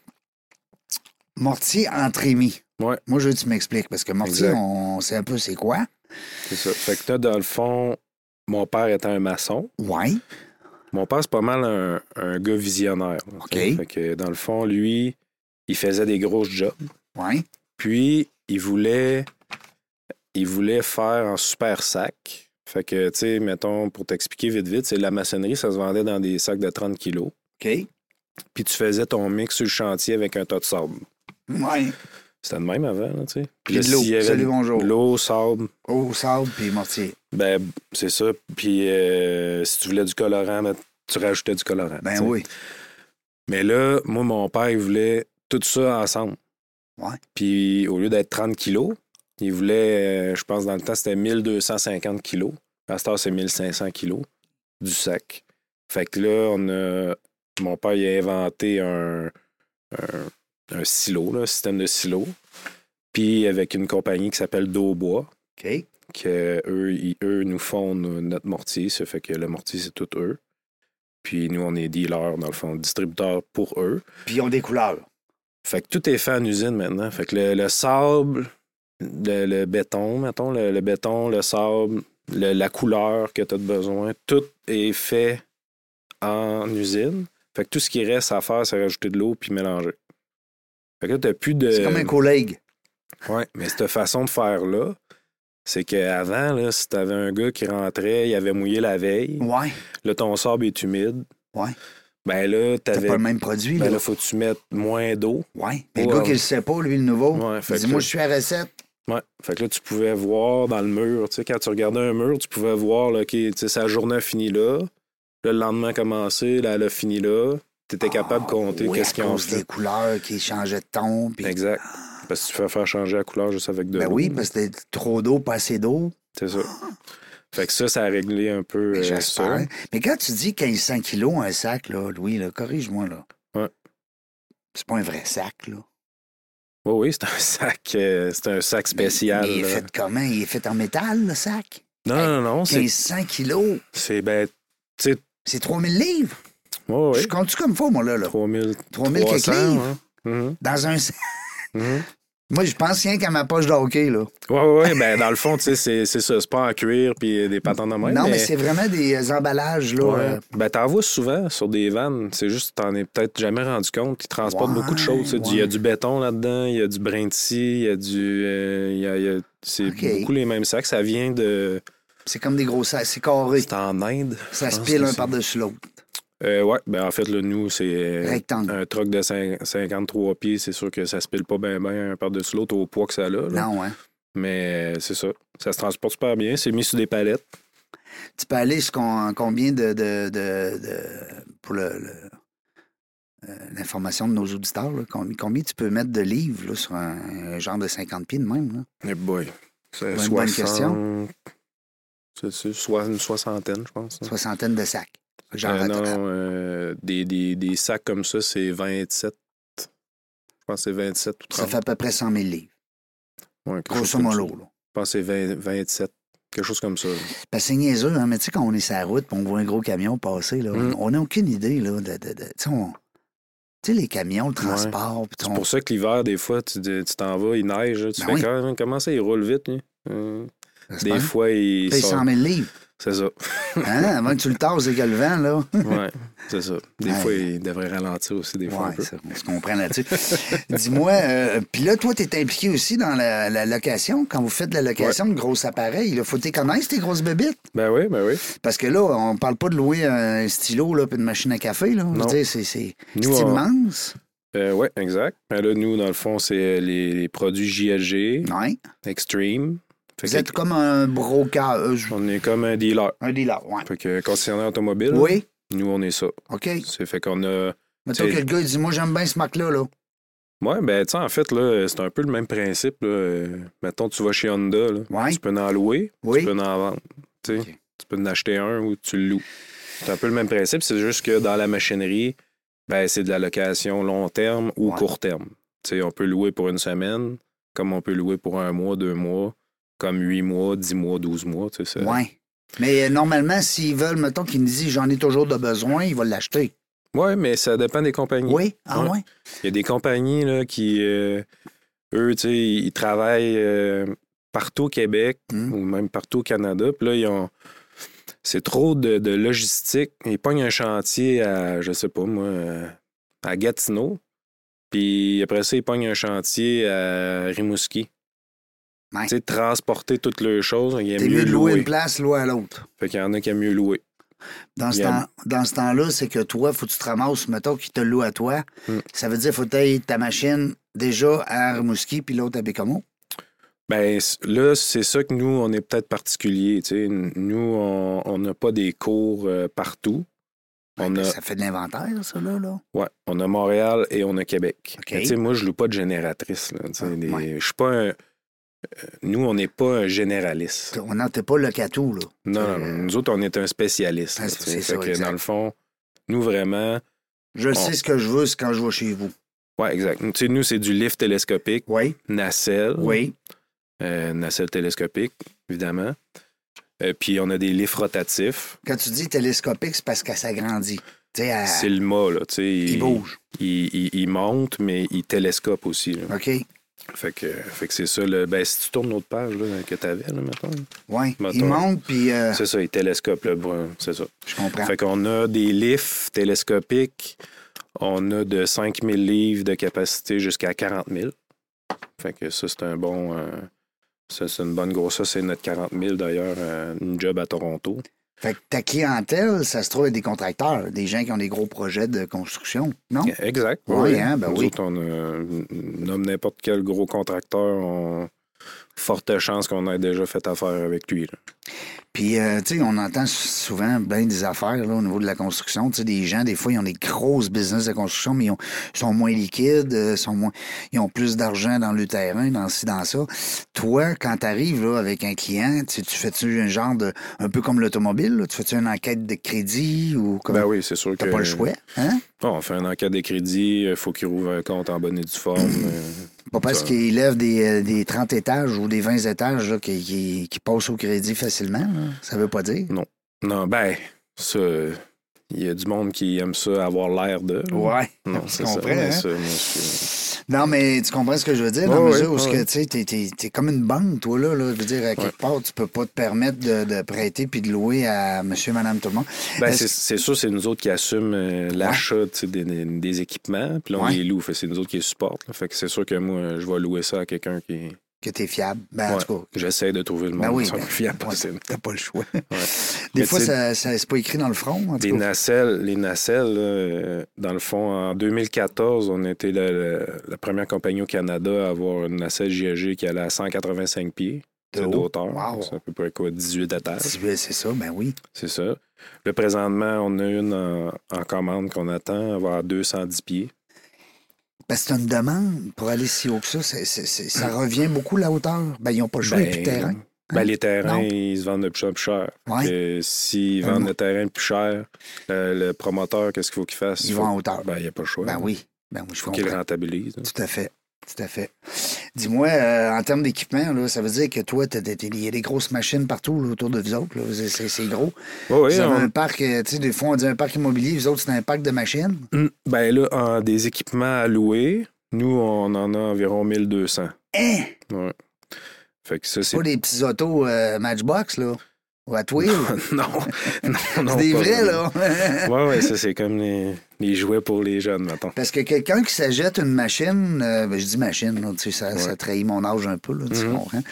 S1: Mortier en trémie.
S2: Ouais.
S1: Moi, je veux que tu m'expliques, parce que Mortier,
S2: Exact.
S1: on sait un peu c'est quoi.
S2: C'est ça. Fait que là, dans le fond, mon père était un maçon.
S1: Ouais.
S2: Mon père, c'est pas mal un, un gars visionnaire. là,
S1: OK.
S2: tu sais. Fait que dans le fond, lui, il faisait des grosses jobs.
S1: Ouais.
S2: Puis, il voulait, il voulait faire en super sac. Fait que, tu sais, mettons, pour t'expliquer vite, vite, c'est la maçonnerie, ça se vendait dans des sacs de 30 kilos.
S1: OK.
S2: Puis, tu faisais ton mix sur le chantier avec un tas de sable.
S1: Ouais.
S2: C'était de même avant, là, tu sais.
S1: Puis
S2: là,
S1: de l'eau.
S2: s'il y avait
S1: Salut, bonjour.
S2: L'eau, sable,
S1: Eau, sable, puis Mortier.
S2: ben, c'est ça. Puis, euh, si tu voulais du colorant, ben, tu rajoutais du colorant.
S1: Ben
S2: tu sais.
S1: oui.
S2: Mais là, moi, mon père, il voulait tout ça ensemble.
S1: Ouais.
S2: Puis au lieu d'être 30 kilos, il voulait, euh, je pense, dans le temps, c'était 1250 kilos. À cette heure, c'est 1500 kilos du sac. Fait que là, on a. Mon père, il a inventé un, un, un silo, là, un système de silo. Puis avec une compagnie qui s'appelle Daubois,
S1: OK.
S2: que eux, ils- eux nous font no- notre mortier. Ça fait que le mortier, c'est tout eux. Puis nous, on est dealers, dans le fond, distributeurs pour eux.
S1: Puis ils ont des couleurs.
S2: Fait que tout est fait en usine maintenant. Fait que le, le sable, le, le béton, mettons, le, le béton, le sable, le- la couleur que tu as besoin, tout est fait en usine. Fait que tout ce qui reste à faire, c'est rajouter de l'eau puis mélanger. Fait que là, t'as plus de.
S1: C'est comme un collègue.
S2: Ouais, mais cette façon de faire-là, c'est qu'avant, là, si t'avais un gars qui rentrait, il avait mouillé la veille,
S1: Ouais.
S2: là, ton sable est humide.
S1: Ouais.
S2: Ben là,
S1: T'as
S2: t'avais.
S1: pas le même produit,
S2: Ben
S1: là.
S2: là, faut que tu mettes moins d'eau.
S1: Ouais. Mais le
S2: Ouais,
S1: gars
S2: ouais.
S1: qui le sait pas, lui, le nouveau,
S2: Ouais,
S1: il
S2: fait
S1: dit,
S2: que-
S1: moi, je suis à recette.
S2: Ouais. Fait que là, tu pouvais voir dans le mur. Tu sais, quand tu regardais un mur, tu pouvais voir, là, OK, tu sais, sa journée a fini là. Là, le lendemain a commencé, là, elle a fini là. Tu étais capable de compter
S1: Oui, Ah,
S2: qu'est-ce
S1: à
S2: qu'ils ont
S1: cause des
S2: fait.
S1: couleurs qui changeaient de ton. Puis...
S2: Exact. Parce que tu fais faire changer la couleur juste avec de
S1: Ben
S2: l'eau. Euh,
S1: oui, parce que c'était trop d'eau, pas assez d'eau.
S2: C'est ça. Fait que ça, ça a réglé un peu
S1: Mais
S2: euh, ça.
S1: Ben, j'espère. Mais quand tu dis 1500 kilos un sac, là, Louis, là, corrige-moi, là.
S2: Ouais.
S1: C'est pas un vrai sac, là.
S2: Oui, Oh oui, c'est un sac. euh, c'est un sac spécial.
S1: Mais il est
S2: là.
S1: fait comment? Il est fait en métal, le sac?
S2: Non, non, non, c'est.
S1: 1500 kilos.
S2: C'est ben.
S1: C'est 3000 livres.
S2: Ouais, ouais.
S1: Je compte-tu comme faux, moi, là, là?
S2: 3000.
S1: 3000 quelques livres.
S2: hein. Mhm,
S1: Dans un sac.
S2: mhm.
S1: Moi, je pense rien qu'à ma poche de hockey, là.
S2: Ouais, ouais, ouais, ben dans le fond, tu sais, c'est c'est ça, c'est pas en cuir puis euh, des patentes de même.
S1: non, mais,
S2: mais
S1: c'est vraiment des euh, emballages, là.
S2: Ouais.
S1: euh,
S2: Ben, t'en vois souvent sur des vannes. C'est juste que t'en es peut-être jamais rendu compte. Ils transportent
S1: Ouais,
S2: beaucoup de choses. tu sais. Il y
S1: ouais.
S2: a du béton là-dedans, il y a du brin de scie, il y a du. euh, il y a- il y a- c'est
S1: Ok.
S2: beaucoup les mêmes sacs. Ça vient de.
S1: C'est comme des gros sacs. C'est carré.
S2: C'est en Inde.
S1: Ça
S2: je
S1: se
S2: pense
S1: pile un
S2: que c'est.
S1: par-dessus l'autre.
S2: Euh, ouais, ben en fait, le nous, c'est. euh,
S1: Rectangle.
S2: Un truc de cin- 53 pieds, c'est sûr que ça se pile pas bien, bien un par-dessus l'autre au poids que ça a. là.
S1: Non, hein.
S2: Mais euh, c'est ça. Ça se transporte super bien. C'est mis sur des palettes.
S1: Tu peux aller jusqu'en en combien de, de, de- de- pour le- le- euh, l'information de nos auditeurs, là, com- combien, tu peux mettre de livres là, sur un, un genre de 50 pieds de même? là?
S2: Eh boy. C'est
S1: Bonne-
S2: 60...
S1: bonne question.
S2: C'est- c'est soit une soixantaine, je pense. hein.
S1: Soixantaine de sacs. Genre,
S2: Euh, non,
S1: attends,
S2: euh, des, des- des sacs comme ça, c'est 27. Je pense que c'est 27 ou 30.
S1: ça fait à peu près 100 000 livres,
S2: Ouais, quelque chose
S1: grosso
S2: comme ça.
S1: modo. là.
S2: Je pense que c'est 20 27. Quelque chose comme ça. là.
S1: Parce que c'est niaiseux, hein, mais tu sais, quand on est sur la route et on voit un gros camion passer, là,
S2: Mm.
S1: on n'a aucune idée là, de. de- de- tu sais, on- tu sais, les camions, le transport. puis
S2: C'est
S1: on-
S2: pour ça que l'hiver, des fois, tu te- tu t'en vas, il neige. là, tu
S1: Ben
S2: fais
S1: oui.
S2: quand- comment ça, il roule vite. lui? Hum,
S1: ça se
S2: Des
S1: passe.
S2: fois, il
S1: Paye
S2: sort-
S1: 100 000 livres.
S2: C'est ça.
S1: Hein? Avant que tu le tasses et que le vent, là.
S2: Ouais, c'est ça. Des
S1: Ouais.
S2: fois, il devrait ralentir aussi, des fois un
S1: Ouais,
S2: peu.
S1: ça, on se comprend là-dessus. Dis-moi, euh, puis là, toi, tu es impliqué aussi dans la, la location. Quand vous faites de la location de gros appareils, il faut que tu connaisses tes grosses bébites.
S2: Ben oui, ben oui.
S1: Parce que là, on parle pas de louer un stylo là, puis une machine à café. Là. Je veux
S2: Non.
S1: dire, c'est c'est-
S2: Nous,
S1: c'est
S2: on-
S1: immense.
S2: Euh, ouais, exact. Ben là, nous, dans le fond, c'est euh, les, les produits JLG,
S1: Ouais.
S2: Extreme. Fait
S1: Vous
S2: que-
S1: êtes comme un broker, euh, je-
S2: On est comme un dealer.
S1: un dealer. Ouais.
S2: Fait que concernant automobile,
S1: Oui,
S2: nous, on est ça.
S1: OK.
S2: C'est fait qu'on a.
S1: Mettons
S2: C'est-
S1: que le gars il dit Moi, j'aime bien ce marque-là. Là.
S2: Ouais, ben, tu sais, en fait, là, c'est un peu le même principe. Là. Euh, Mettons, tu vas chez Honda, là.
S1: Ouais.
S2: Tu peux en louer,
S1: Hein? Oui.
S2: tu peux en vendre. Tu sais,
S1: Ok.
S2: tu peux en acheter un ou tu le loues. C'est un peu le même principe, c'est juste que dans la machinerie, ben, c'est de la location long terme ou
S1: Ouais.
S2: court terme. Tu sais, on peut louer pour une semaine, comme on peut louer pour un mois, deux mois, comme huit mois, dix mois, douze mois. Tu sais, ça-
S1: Ouais. Mais euh, normalement, s'ils veulent, mettons qu'ils nous disent J'en ai toujours de besoin, ils vont l'acheter.
S2: Ouais, mais ça dépend des compagnies.
S1: Oui. Ah,
S2: Mm. Ouais.
S1: ouais.
S2: Il y a des compagnies là, qui, euh, eux, tu sais, ils travaillent euh, partout au Québec
S1: Hmm.
S2: ou même partout au Canada. Puis là, ils ont. C'est trop de, de logistique. Ils pognent un chantier à, je sais pas moi, euh, à Gatineau. Puis après ça, ils pognent un chantier à Rimouski.
S1: Ouais.
S2: Tu sais, transporter toutes leurs choses, il y a
S1: T'es
S2: mieux louer.
S1: une place, louer à l'autre.
S2: Fait qu'il y en a qui aiment mieux louer.
S1: Dans ce,
S2: Bien.
S1: temps, dans ce temps-là, c'est que toi, faut que tu te ramasses, mettons, qu'il te loue à toi.
S2: Mm.
S1: Ça veut dire faut que t'aies ta machine déjà à Rimouski, puis l'autre à Bécamo.
S2: Ben c- là, c'est ça que nous, on est peut-être particulier. tu sais. N- Nous, on on n'a pas des cours euh, partout. On a,
S1: Ben, Ça fait de l'inventaire, ça, là. là.
S2: ouais, on a Montréal et on a Québec.
S1: OK.
S2: Mais tu sais, Moi, je ne loue pas de génératrice. là, tu sais,
S1: Ah,
S2: des-
S1: ouais.
S2: Je suis pas un- euh, Nous, on n'est pas un généraliste.
S1: On n'en t'es pas le catou, là.
S2: Non,
S1: Euh,
S2: non, nous autres, on est un spécialiste.
S1: Ah,
S2: là,
S1: c'est-
S2: tu sais.
S1: c'est ça,
S2: Fait que,
S1: exact.
S2: dans le fond, nous, vraiment...
S1: Je sais ce que je veux, c'est quand je vais chez vous.
S2: Ouais, exact. Tu sais, nous, c'est du lift télescopique,
S1: Oui.
S2: nacelle.
S1: Oui.
S2: euh, nacelle télescopique, évidemment. Euh, puis, on a des lifts rotatifs.
S1: Quand tu dis télescopique, c'est parce qu'elle s'agrandit. Tu sais, elle-
S2: C'est le mât, là. tu sais,
S1: Ah. il bouge.
S2: Il, il- il monte, mais il télescope aussi. là.
S1: OK?
S2: Fait que, fait que c'est ça. Le, ben, si tu tournes l'autre page là, que tu avais, là, mettons, là.
S1: Oui.
S2: Mettons.
S1: Il monte, puis euh,
S2: c'est ça, il télescope. Là, bon, c'est ça.
S1: je comprends.
S2: Fait qu'on a des lifts télescopiques. On a de 5000 livres de capacité jusqu'à 40 000. Fait que ça, c'est un bon. euh, ça, c'est une bonne grosse. Ça, c'est notre 40 000 d'ailleurs, euh, une job à Toronto.
S1: Fait que ta clientèle, ça se trouve avec des contracteurs, des gens qui ont des gros projets de construction, non?
S2: Exact.
S1: Oui, hein, ben
S2: Nous
S1: oui.
S2: autres, on euh, nomme n'importe quel gros contracteur, on... forte chance qu'on ait déjà fait affaire avec lui. là.
S1: Puis, euh, tu sais, on entend souvent bien des affaires là, au niveau de la construction. Tu sais, des gens, des fois, ils ont des grosses business de construction, mais ils ont- sont moins liquides, euh, sont moins, ils ont plus d'argent dans le terrain, dans ci, dans ça. Toi, quand tu arrives avec un client, tu sais, tu fais-tu un genre de. un peu comme l'automobile, là, tu fais-tu une enquête de crédit ou comme.
S2: Ben oui, c'est sûr que.
S1: T'as pas le choix, hein?
S2: Bon, on fait un enquête des crédits, il faut qu'il rouvre un compte en bonne et due forme. euh,
S1: Pas parce
S2: Ça-
S1: qu'ils lèvent des, euh, des 30 étages ou des 20 étages là, qui, qui, qui passent au crédit facilement. là. Ça veut pas dire.
S2: Non, ben, ça. Il y a du monde qui aime ça, avoir l'air de. là.
S1: Ouais.
S2: Non,
S1: Tu
S2: c'est ça.
S1: comprends,
S2: Mais
S1: hein?
S2: ça, moi, c'est-
S1: Non, mais tu comprends ce que je veux dire,
S2: Ouais,
S1: dans la
S2: ouais,
S1: mesure où ce
S2: ouais.
S1: que, tu sais, t'es, t'es- t'es comme une banque, toi, là, là. Je veux dire, à quelque part, tu peux pas te permettre de, de prêter puis de louer à monsieur, madame, tout le monde.
S2: Ben,
S1: Est-ce-
S2: c'est c'est sûr, c'est nous autres qui assument euh, l'achat tu sais, des, des- des équipements, puis là, on
S1: Ouais.
S2: les loue. Fait que c'est nous autres qui les supportent. là. Fait que c'est sûr que moi, je vais louer ça à quelqu'un qui.
S1: Que t'es fiable. Ben, en
S2: Ouais,
S1: tout cas,
S2: J'essaie de trouver le monde
S1: ben oui.
S2: le plus
S1: ben,
S2: fiable
S1: ouais,
S2: possible.
S1: t'as pas le choix. Des
S2: Mais
S1: fois,
S2: tu sais,
S1: ça, ça, c'est pas écrit dans le front, en
S2: Les
S1: tout cas.
S2: nacelles, les nacelles là, euh, dans le fond, en 2014, on était la, la- la première compagnie au Canada à avoir une nacelle JAG qui allait à 185 pieds
S1: De
S2: tu sais,
S1: haut.
S2: d'auteur.
S1: Wow.
S2: C'est à peu près quoi, 18 étages.
S1: Si, ben, C'est ça, ben oui.
S2: C'est ça. Là, présentement, on a une en, en commande qu'on attend, elle va à 210 pieds.
S1: Parce que c'est une demande pour aller si haut que ça. c'est- c'est- c'est- ça revient beaucoup la hauteur. Ben, ils n'ont pas le choix,
S2: Ben,
S1: et puis terrain.
S2: Ben, les terrains,
S1: Non.
S2: ils se vendent de plus en plus cher.
S1: Ouais.
S2: Que S'ils
S1: Ben,
S2: vendent
S1: moi-
S2: le terrain plus cher, euh, le promoteur, qu'est-ce qu'il faut qu'il fasse?
S1: Ils vont en hauteur.
S2: Ben, il n'y a pas le choix.
S1: Ben oui. Ben oui,
S2: Il
S1: je
S2: faut qu'il
S1: comprends.
S2: rentabilise. hein. là.
S1: Tout à fait. Tout à fait. Dis-moi, euh, en termes d'équipement, là, ça veut dire que toi, t'as- t'as- t'as- il y a des grosses machines partout là, autour de vous autres. là. C'est- C'est c'est gros.
S2: Ouais, ouais,
S1: vous avez
S2: on-
S1: un parc, euh, tu sais, des fois, on dit un parc immobilier, vous autres, c'est un parc de machines.
S2: Mm. Ben là, en- des équipements à louer, nous, on en a environ 1200.
S1: Hein?
S2: Ouais. Fait que ça, c'est...
S1: Pas des petits autos euh, Matchbox, là. Ou à Twill.
S2: non, non, non.
S1: C'est des
S2: pas
S1: vrais,
S2: vraiment.
S1: là.
S2: Ouais, ouais, ça, c'est comme les, les jouets pour les jeunes, mettons.
S1: Parce que quelqu'un qui s'achète une machine, euh, ben, je dis machine, là, tu sais, ça, ça trahit mon âge un peu, là, tu
S2: Mhm.
S1: comprends.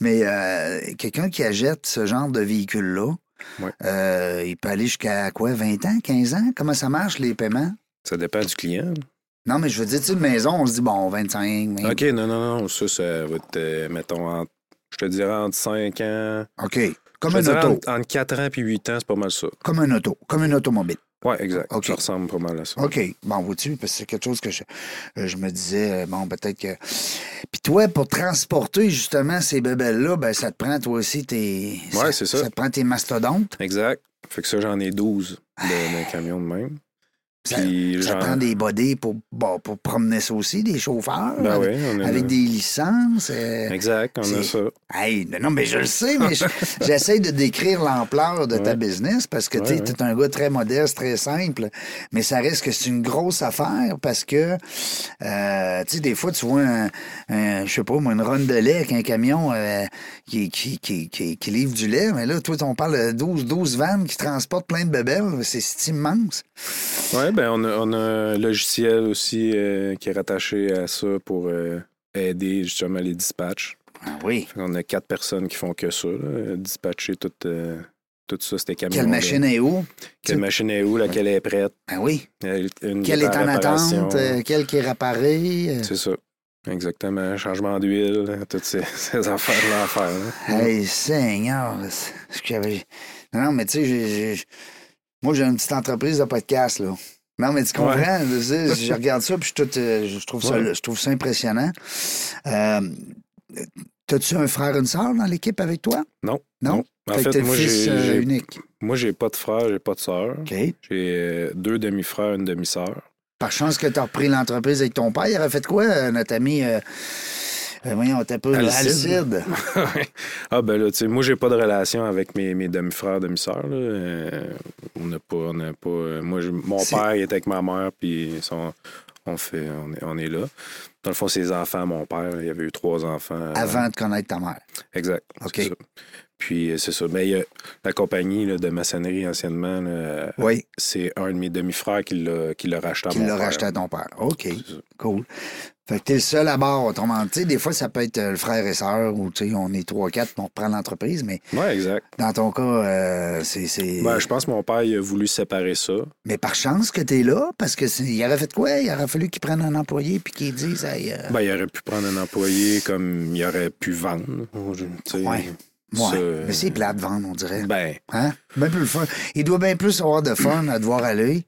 S1: Mais euh, quelqu'un qui achète ce genre de véhicule-là,
S2: Ouais.
S1: euh, il peut aller jusqu'à quoi, 20 ans, 15 ans? Comment ça marche, les paiements?
S2: Ça dépend du client.
S1: Non, mais je veux dire, tu sais, une maison, on se dit, bon, 25, 20...
S2: OK, non, non, non. Ça, ça va être, euh, mettons, entre- je te dirais entre 5 ans...
S1: OK. Comme
S2: je te
S1: un
S2: dirais
S1: auto.
S2: Entre, 4 ans et 8 ans, c'est pas mal ça.
S1: Comme un auto. Comme une automobile.
S2: Ouais, exact.
S1: OK.
S2: Ça ressemble pas mal à ça.
S1: OK. Bon, vois-tu, parce que c'est quelque chose que je, euh, je me disais, euh, bon, peut-être que. Puis toi, pour transporter justement ces bébelles-là, ben ça te prend toi aussi tes.
S2: Ouais, c'est ça.
S1: Ça te prend tes mastodontes.
S2: Exact. Fait que ça, j'en ai 12 de- d'un camion de même.
S1: Ça-
S2: Puis,
S1: Ça
S2: j'en-
S1: te prend des bodies pour, bon, pour promener ça aussi, des chauffeurs.
S2: Ben
S1: avec,
S2: oui, on en a-
S1: avec des licences. euh,
S2: Exact, on a
S1: c'est-
S2: ça.
S1: Hey, non, mais je le sais, mais je- j'essaie de décrire l'ampleur de ta
S2: Ouais.
S1: business parce que tu
S2: Ouais,
S1: es, un gars très modeste, très simple, mais ça reste que c'est une grosse affaire parce que, euh, tu sais, des fois, tu vois, un, un- je sais pas, moi, une ronde de lait avec un camion euh, qui, qui, qui, qui- qui livre du lait, mais là, toi, on parle de 12, 12 vannes qui transportent plein de bébelles, c'est c'est immense.
S2: Oui, ben on a, on a un logiciel aussi euh, qui est rattaché à ça pour euh, aider justement les dispatchs.
S1: Ah oui.
S2: On a quatre personnes qui font que ça, là, euh, dispatcher tout, euh, tout ça, c'était camions.
S1: Quelle machine est où?
S2: Quelle machine est où, laquelle est prête,
S1: Ben oui.
S2: elle- une
S1: Quelle est
S2: qui
S1: en
S2: réparation.
S1: attente? euh, Quelle qui est réparée? euh,
S2: C'est ça. Exactement, changement d'huile, toutes ces, ces affaires-là à faire. hein. là.
S1: Hey, Seigneur! c'est- ce que j'avais- Non, non, mais tu sais, j'ai- j'ai- j'ai- moi, j'ai une petite entreprise de podcast, là. Non, mais tu comprends? Je, veux dire, je regarde ça, puis je, suis tout, euh, je trouve, ça,
S2: Ouais.
S1: je trouve ça impressionnant. Euh, T'as-tu un frère, une sœur dans l'équipe avec toi?
S2: Non.
S1: Non?
S2: En
S1: Fait que
S2: fait,
S1: t'es
S2: moi,
S1: le fils
S2: j'ai,
S1: euh,
S2: j'ai-
S1: unique.
S2: moi, j'ai pas de frère, j'ai pas de sœur.
S1: OK.
S2: J'ai euh, deux demi-frères, une demi-sœur.
S1: Par chance que t'as repris l'entreprise avec ton père, il aurait fait quoi, euh, notre ami? euh, euh, voyons, t'as pas...
S2: Alcide.
S1: Alcide.
S2: ah ben là, tu sais, moi j'ai pas de relation avec mes, mes demi-frères, demi-sœurs. là. Euh, on n'a pas, on n'a pas. euh, moi, je- mon
S1: C'est-
S2: père il est avec ma mère, puis ils sont- on fait, on est, on est là. Dans le fond, ses enfants, mon père, il avait eu trois enfants. avant.
S1: Avant de connaître ta mère.
S2: Exact. c'est
S1: OK.
S2: ça. Puis euh, c'est ça. Mais il y a la compagnie là, de maçonnerie anciennement, là, euh,
S1: Oui.
S2: c'est un de mes demi-frères qui l'a, qui l'a racheté. à
S1: Qui
S2: mon
S1: l'a
S2: père.
S1: racheté à ton père. OK.
S2: C'est ça.
S1: Cool. Fait que t'es le seul à bord, autrement dit. Tu sais, Des fois, ça peut être euh, le frère et sœur ou, tu sais, on est trois, quatre, puis on reprend l'entreprise, mais
S2: Ouais, exact.
S1: dans ton cas, euh, c'est... c'est-
S2: Ben, je pense que mon père il a voulu séparer ça.
S1: Mais par chance que t'es là, parce que c'est- il aurait fait quoi? Il aurait fallu qu'il prenne un employé puis qu'il dise... Hey, euh,
S2: Ben, il aurait pu prendre un employé comme il aurait pu vendre. Je- tu sais,
S1: Ouais.
S2: ça,
S1: ouais. Mais c'est plat de vendre, on dirait.
S2: euh, Ben,
S1: Hein? Bien plus le fun. Il doit bien plus avoir de fun à devoir aller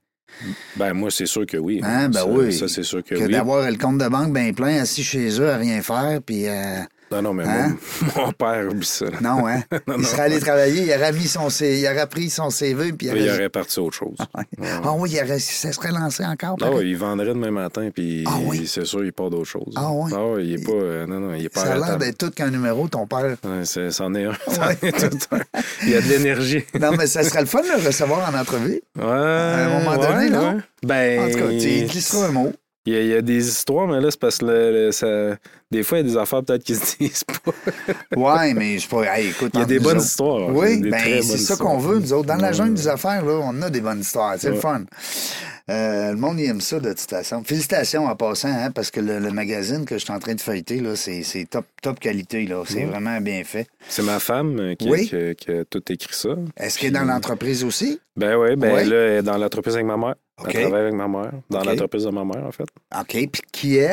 S2: ben, moi, c'est sûr que oui.
S1: Hein, ben
S2: ça,
S1: oui.
S2: Ça, c'est sûr que,
S1: que,
S2: oui.
S1: d'avoir le compte de banque bien plein, assis chez eux à rien faire, puis... euh,
S2: Non, non, mais
S1: Hein?
S2: mon, mon père, oublie ça. là.
S1: Non, hein?
S2: Non,
S1: il
S2: non.
S1: serait allé travailler, il aurait, mis son, C- il aurait pris son CV, puis il
S2: Il
S1: aurait-
S2: aurait parti autre chose.
S1: Ah oui, il aurait- ça serait lancé encore.
S2: Ah
S1: pareil.
S2: oui, il vendrait demain matin, puis
S1: Ah oui.
S2: c'est sûr, il part d'autre chose.
S1: Ah oui.
S2: oui, il est pas. euh, non, non, il est pas
S1: ça a l'air
S2: arrêtable.
S1: d'être tout qu'un numéro, ton père.
S2: Ouais, c'est- C'en est un. C'en est tout un. Il y a de l'énergie.
S1: Non, mais ça serait le fun de le recevoir en entrevue.
S2: Ouais,
S1: un moment donné,
S2: ouais,
S1: non?
S2: ouais. Ben,
S1: En tout cas, tu il glissera un mot.
S2: Il y, a, il y a des histoires, mais là, c'est parce que le- le- ça- des fois, il y a des affaires peut-être qui se disent pas.
S1: Ouais, mais je sais pas. hey, écoute,
S2: Il y a
S1: entre
S2: des
S1: nous
S2: bonnes
S1: autres-
S2: histoires.
S1: Oui,
S2: Des très
S1: ben,
S2: bonnes
S1: c'est ça
S2: histoires.
S1: qu'on veut, nous autres. Dans la
S2: Ouais.
S1: jungle des affaires, là, on a des bonnes histoires. C'est le
S2: Ouais.
S1: fun. Euh, le monde il aime ça, de toute façon. Félicitations en passant, hein, parce que le, le magazine que je suis en train de feuilleter, là, c'est c'est top, top qualité. là. C'est
S2: Mhm.
S1: vraiment bien fait.
S2: C'est ma femme euh, qui,
S1: Oui.
S2: qui a- qui a tout écrit ça.
S1: Est-ce qu'il est dans l'entreprise aussi?
S2: Ben oui, ben
S1: Ouais.
S2: là, elle est dans l'entreprise avec ma mère.
S1: OK.
S2: Elle travaille avec ma mère. Dans
S1: OK.
S2: l'entreprise de ma mère, en fait.
S1: OK. Puis qui est?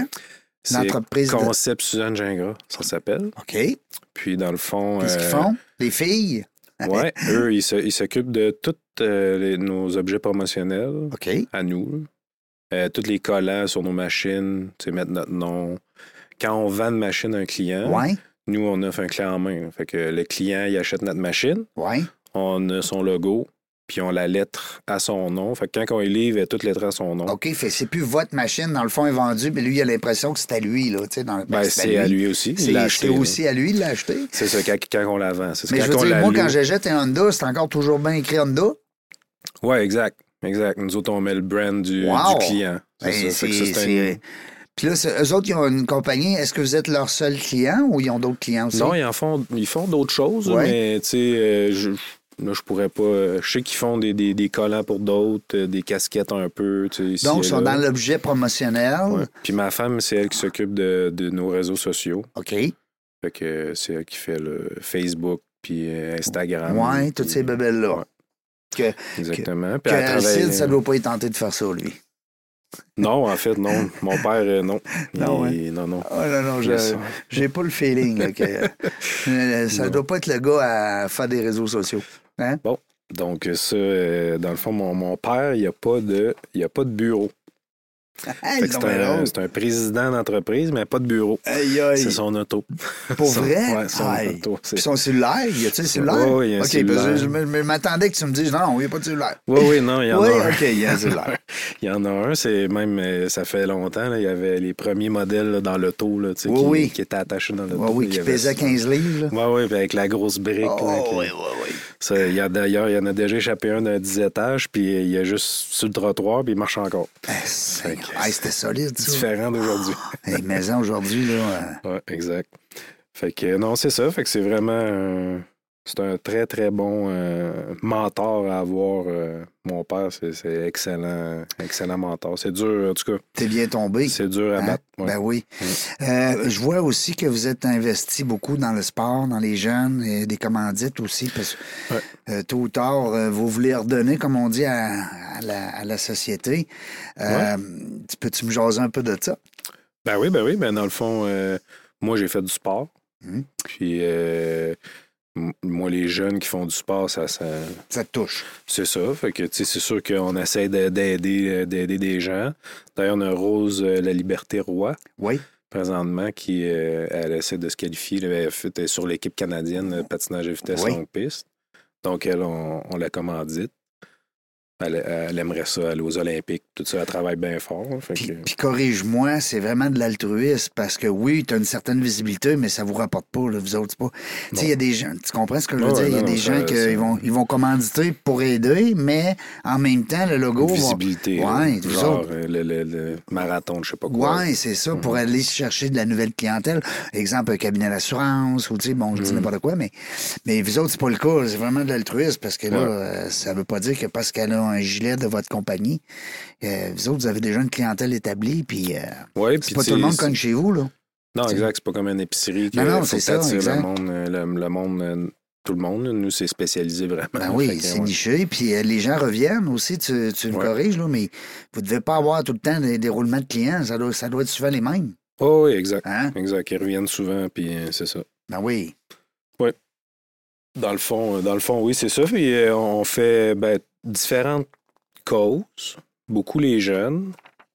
S2: C'est
S1: L'entreprise de-
S2: Concept Suzanne Gingras, ça s'appelle.
S1: OK. Qu'est-ce
S2: Puis, dans le fond.
S1: qu'ils
S2: euh,
S1: font? Les filles?
S2: Ouais, eux, euh, ils se- ils s'occupent de tous nos objets promotionnels
S1: OK.
S2: à nous. Euh, tous les collants sur nos machines, tu sais, mettre notre nom. Quand on vend une machine à un client,
S1: Ouais,
S2: nous, on offre un clé en main. là. Fait que le client, il achète notre machine,
S1: ouais.
S2: on a son logo, puis on la lettre à son nom. Fait que quand on les livre, elle est toute lettrée à son nom.
S1: OK, fait c'est plus votre machine, dans le fond, est vendue, mais lui, il a l'impression que c'est à lui, là, tu sais, dans le
S2: Ben, c'est à lui aussi. il
S1: C'est
S2: l'a
S1: c'est
S2: acheté, là.
S1: aussi à lui de l'acheter.
S2: C'est ça, quand, quand on la vend. C'est ça,
S1: Mais je
S2: quand on
S1: veux dire,
S2: la
S1: moi,
S2: loue.
S1: quand j'achète un Honda, c'est encore toujours bien écrit Honda.
S2: Oui, exact. Exact. Nous autres, on met le brand du,
S1: Wow!
S2: du client. C'est
S1: Ben,
S2: ça. Fait que
S1: c'est-
S2: ça, c'est un-
S1: c'est- Puis là, c'est- eux autres, ils ont une compagnie. Est-ce que vous êtes leur seul client ou ils ont d'autres clients aussi?
S2: Non, ils en font, ils font d'autres choses,
S1: Ouais.
S2: mais tu sais, euh, je, je- là, je pourrais pas. euh, Je sais qu'ils font des, des, des collants pour d'autres, euh, des casquettes un peu. tu sais, ici
S1: Donc,
S2: et
S1: ils sont
S2: là.
S1: dans l'objet promotionnel.
S2: Ouais. Puis ma femme, c'est elle qui s'occupe de, de nos réseaux sociaux.
S1: OK.
S2: Fait que euh, c'est elle qui fait le Facebook puis euh, Instagram.
S1: Ouais, toutes
S2: Puis-
S1: ces bébelles-là.
S2: Ouais.
S1: Que-
S2: Exactement.
S1: Que
S2: Puis elle travaille-
S1: Alcide, ça doit pas être tenté de faire ça, lui.
S2: Non, en fait, non. Mon père, euh, non.
S1: Non,
S2: Il- non, Ah, non.
S1: Oh non, non, je-
S2: Ça.
S1: j'ai pas le feeling. là, que, Euh, ça
S2: Non.
S1: doit pas être le gars à faire des réseaux sociaux.
S2: Donc, ça, euh, dans le fond, mon, mon père, il n'y a, pas de- il a pas de bureau.
S1: Ah,
S2: Fait que C'est
S1: non, mais
S2: un,
S1: non.
S2: c'est un président d'entreprise, mais pas de bureau.
S1: Aïe, aïe.
S2: C'est son auto.
S1: Pour
S2: Son-
S1: vrai?
S2: ouais, son
S1: Aïe.
S2: auto, c'est-
S1: Puis son cellulaire, y a-t-il un cellulaire?
S2: Ouais, ouais, il y a un
S1: OK,
S2: cellulaire.
S1: parce que je me- je m'attendais que tu me dises non, il n'y a pas de cellulaire.
S2: Oui, oui, non, il y en
S1: Oui,
S2: a un.
S1: OK, il y a un cellulaire.
S2: Il y en a un, c'est même, euh, ça fait longtemps, là, il y avait les premiers modèles là, dans l'auto, là, tu sais,
S1: Oui,
S2: qui,
S1: oui.
S2: qui étaient attachés dans l'auto.
S1: Oui, oui, qui pesait 15 livres. là.
S2: Oui, oui, puis avec la grosse brique. là, qui-
S1: Oh, oui, oui, oui.
S2: ça, il y a D'ailleurs, il y en a déjà échappé un d'un 10 étages, puis euh, il est juste sur le trottoir, puis il marche encore.
S1: Ah, Seigneur. Ah, C'était solide, ça.
S2: Différent d'aujourd'hui.
S1: Les maisons aujourd'hui, là. euh,
S2: Ouais, exact. Fait que euh, non, c'est ça. Fait que c'est vraiment un- c'est un très, très bon euh, mentor à avoir. euh, mon père, c'est c'est excellent, excellent mentor. C'est dur, en tout cas.
S1: T'es bien tombé.
S2: C'est dur à
S1: Hein?
S2: battre. ouais. Mm.
S1: Ben oui. Euh, je vois aussi que vous êtes investi beaucoup dans le sport, dans les jeunes, et des commandites aussi, parce que
S2: Ouais.
S1: euh, tôt ou tard, euh, vous voulez redonner, comme on dit, à, à la, à la société. Euh, tu- Peux-tu me jaser un peu de ça?
S2: Ben oui, ben oui. Ben dans le fond, euh, moi, j'ai fait du sport.
S1: Mhm.
S2: Puis, euh, m- moi, les jeunes qui font du sport, ça, ça,
S1: Ça te touche.
S2: c'est ça. Fait que, tu sais, c'est sûr qu'on essaie de- d'aider euh, d'aider des gens. D'ailleurs, on a Rose euh, La Liberté Roy.
S1: Oui.
S2: présentement qui euh, elle essaie de se qualifier là, elle fait- elle est sur l'équipe canadienne de patinage et vitesse
S1: Oui.
S2: longue piste. Donc elle, on, on la commandite. Elle, elle aimerait ça aller aux Olympiques, tout ça, elle travaille bien fort. là, fait
S1: Puis,
S2: que-
S1: puis corrige-moi, c'est vraiment de l'altruisme parce que oui, tu as une certaine visibilité, mais ça vous rapporte pas, là, vous autres, c'est pas. Tu sais, il y a des gens, tu comprends ce que je veux
S2: Ouais,
S1: dire? Il y a
S2: non,
S1: des
S2: non, ça-
S1: gens qui
S2: ça-
S1: ils vont, ils vont commanditer pour aider, mais en même temps, le logo. va-
S2: visibilité. là,
S1: Ouais, vous
S2: genre
S1: autres.
S2: euh, le, le- le marathon, de je sais pas quoi.
S1: Ouais, c'est ça,
S2: Mhm.
S1: pour aller chercher de la nouvelle clientèle. Exemple, un cabinet d'assurance, ou tu sais, bon, je dis
S2: Mhm.
S1: n'importe quoi, mais, mais vous autres, c'est pas le cas. C'est vraiment de l'altruisme, parce que là,
S2: Ouais.
S1: euh, ça veut pas dire que parce qu'elle a un gilet de votre compagnie, euh, vous autres, vous avez déjà une clientèle établie, puis euh,
S2: Ouais,
S1: c'est
S2: puis
S1: pas
S2: tu
S1: tout le
S2: sais,
S1: monde cogne chez vous, là.
S2: Non, exact, c'est pas comme une épicerie que
S1: Non, non,
S2: faut
S1: c'est
S2: que
S1: ça,
S2: t'attires
S1: exact.
S2: le monde, euh, le, le monde, euh, tout le monde. Nous, c'est spécialisé vraiment.
S1: Ben
S2: Fait
S1: oui,
S2: que,
S1: c'est
S2: ouais.
S1: niché. Puis euh, les gens reviennent aussi, tu, tu me
S2: Ouais.
S1: corriges, là, mais vous devez pas avoir tout le temps des, des roulements de clients. Ça doit, ça doit être souvent les mêmes.
S2: Oh, oui, exact.
S1: Hein?
S2: Exact. Ils reviennent souvent, puis euh, c'est ça.
S1: Ben oui.
S2: Dans le fond, euh, dans le fond, oui, c'est ça. Puis euh, on fait ben, différentes causes, beaucoup les jeunes,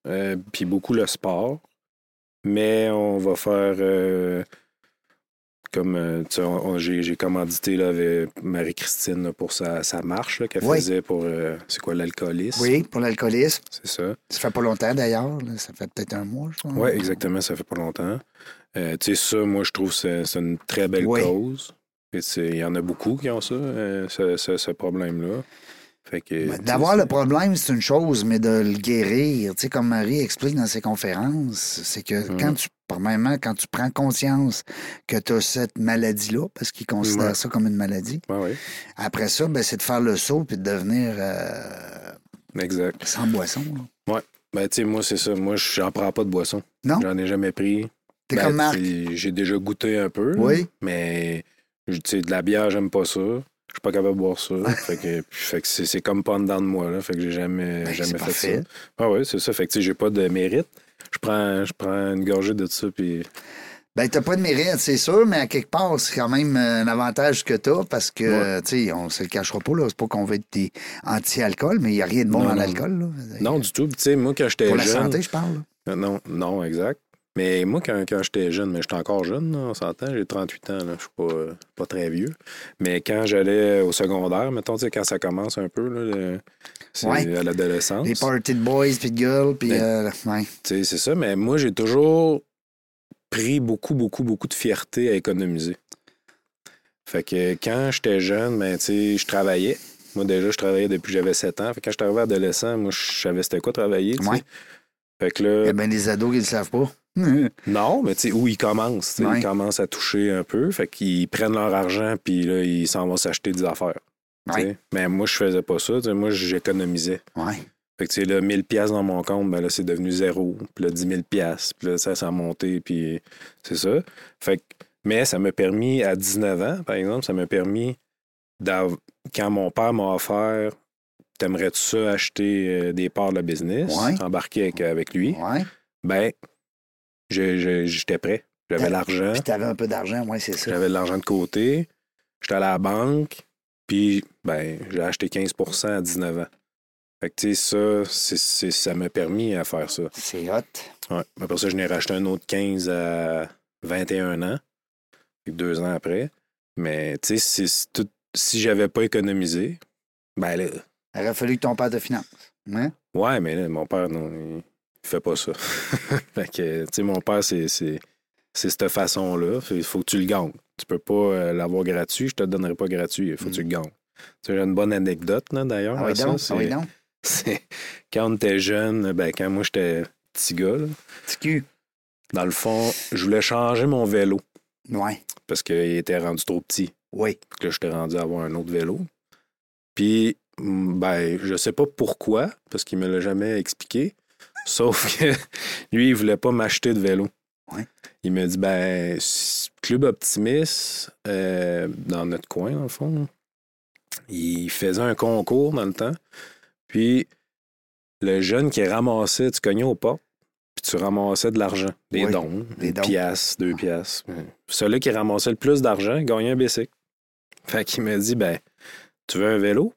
S2: euh, puis beaucoup le sport. Mais on va faire euh, comme euh, tu sais, on- on- j'ai j'ai commandité là, avec Marie-Christine là, pour sa, sa marche là, qu'elle
S1: Oui.
S2: faisait pour euh, c'est quoi l'alcoolisme.
S1: Oui, pour l'alcoolisme.
S2: C'est ça.
S1: Ça fait pas longtemps d'ailleurs. là. Ça fait peut-être un mois, je crois.
S2: Oui, exactement, ça fait pas longtemps. Euh, tu sais, ça, moi, je trouve que c'est- c'est une très belle
S1: Oui.
S2: cause. Et c'est- Il y en a beaucoup qui ont ça, euh, ce, ce- ce problème-là. Fait que,
S1: Ben,
S2: tu sais,
S1: D'avoir le
S2: c'est-
S1: problème, c'est une chose, mais de le guérir, tu sais, comme Marie explique dans ses conférences, c'est que
S2: Mhm.
S1: quand tu, premièrement, quand tu prends conscience que tu as cette maladie-là, parce qu'ils considèrent
S2: Ouais.
S1: ça comme une maladie,
S2: Ouais, ouais.
S1: après ça, ben, c'est de faire le saut puis de devenir euh,
S2: Exact.
S1: sans boisson. là.
S2: Ben, tu sais, moi, c'est ça. Moi, j'en prends pas de boisson.
S1: Non?
S2: J'en ai jamais pris.
S1: T'es
S2: Ben,
S1: comme Marc.
S2: tu sais, J'ai déjà goûté un peu.
S1: Oui.
S2: Mais, je- tu sais, de la bière, j'aime pas ça. Je suis pas capable de boire ça. fait que, fait que c'est c'est comme pas en dedans de moi, là. Fait que j'ai jamais,
S1: Ben, c'est
S2: jamais fait
S1: parfait.
S2: ça. Ah oui, c'est ça. Fait que, tu sais, j'ai pas de mérite. Je prends, je prends une gorgée de ça, puis
S1: Ben, t'as pas de mérite, c'est sûr, mais à quelque part, c'est quand même euh, un avantage que t'as parce que, euh, tu sais, on se le cachera pas, là. C'est pas qu'on veut être des anti-alcool, mais il n'y a rien de bon
S2: Non,
S1: dans
S2: non.
S1: l'alcool, là.
S2: Non, du tout. Puis, Tu sais, moi, quand j'étais
S1: euh, Pour
S2: jeune.
S1: la santé, je parle. là.
S2: Euh, Non, non, exact. Mais moi, quand, quand j'étais jeune, mais j'étais encore jeune, là, on s'entend, j'ai 38 ans, là, je suis pas, euh, pas très vieux. Mais quand j'allais au secondaire, mettons, tu sais, quand ça commence un peu, là, le- c'est
S1: Ouais.
S2: à l'adolescence.
S1: Les parties de boys puis de girls, puis.
S2: Ben,
S1: euh, ouais.
S2: Tu sais, C'est ça, mais moi, j'ai toujours pris beaucoup, beaucoup, beaucoup de fierté à économiser. Fait que quand j'étais jeune, ben, tu sais, je travaillais. Moi, déjà, je travaillais depuis que j'avais 7 ans. Fait que quand j'étais arrivé adolescent, moi, je savais c'était quoi travailler. tu sais.
S1: Ouais. Eh ben,
S2: Fait que là,
S1: Il y a bien des ados qui le savent pas. ouais,
S2: Non, mais tu sais, où ils commencent. tu sais,
S1: Ouais.
S2: Ils commencent à toucher un peu. Fait qu'ils prennent leur argent, puis là, ils s'en vont s'acheter des affaires. tu sais. Mais moi, je faisais pas ça. tu sais, Moi, j'économisais.
S1: ouais.
S2: Fait que tu sais, là, 1000 pièces dans mon compte, ben là, c'est devenu zéro. Puis là, 10 000 pièces Puis là, ça, ça a monté, puis c'est ça. Fait que, mais ça m'a permis, à 19 ans, par exemple, ça m'a permis, d'av- quand mon père m'a offert, t'aimerais-tu ça acheter euh, des parts de la business,
S1: Ouais.
S2: embarquer avec, euh, avec lui,
S1: Ouais.
S2: ben, je- je- j'étais prêt. J'avais
S1: T'as-
S2: l'argent,
S1: Ben, Puis t'avais un peu d'argent, ouais, c'est ça.
S2: j'avais de l'argent de côté, j'étais allé à la banque, puis ben, j'ai acheté 15 à 19 ans. Fait que, tu sais, ça, c'est- c'est- ça m'a permis à faire ça.
S1: C'est hot.
S2: Ouais. Après ça, je n'ai racheté un autre 15 à 21 ans, fait que deux ans après. Mais, tu sais, c'est- c'est tout- si j'avais pas économisé, ben là,
S1: Il aurait fallu que ton père te finance. hein? Ouais.
S2: Ouais, mais là, mon père, non, il fait pas ça. fait que, tu sais, mon père, c'est, c'est, c'est cette façon-là. Il faut que tu le gagnes. Tu peux pas euh, l'avoir gratuit, je te le donnerai pas gratuit. Il faut que tu le gagnes. Tu sais, j'ai une bonne anecdote, là, d'ailleurs.
S1: Mm. Ah oui,
S2: à ça,
S1: donc.
S2: c'est,
S1: Ah oui, donc.
S2: c'est quand on était jeune, ben, quand moi, j'étais petit gars, là,
S1: Petit cul.
S2: dans le fond, je voulais changer mon vélo
S1: Ouais.
S2: parce qu'il était rendu trop petit.
S1: Oui.
S2: Fait que là, j'étais rendu à avoir un autre vélo. Puis, mm, ben, je sais pas pourquoi, parce qu'il me l'a jamais expliqué. Sauf que lui, il voulait pas m'acheter de vélo.
S1: Ouais.
S2: Il me dit, ben, s- Club Optimis, euh, dans notre coin, dans le fond, il faisait un concours dans le temps. Puis, le jeune qui ramassait, tu cognais aux portes, puis tu ramassais de l'argent, des
S1: Oui,
S2: dons,
S1: des
S2: des
S1: dons.
S2: piastres, deux piastres. Celui qui ramassait le plus d'argent gagnait un bicycle. Fait qu'il me dit, ben, tu veux un vélo?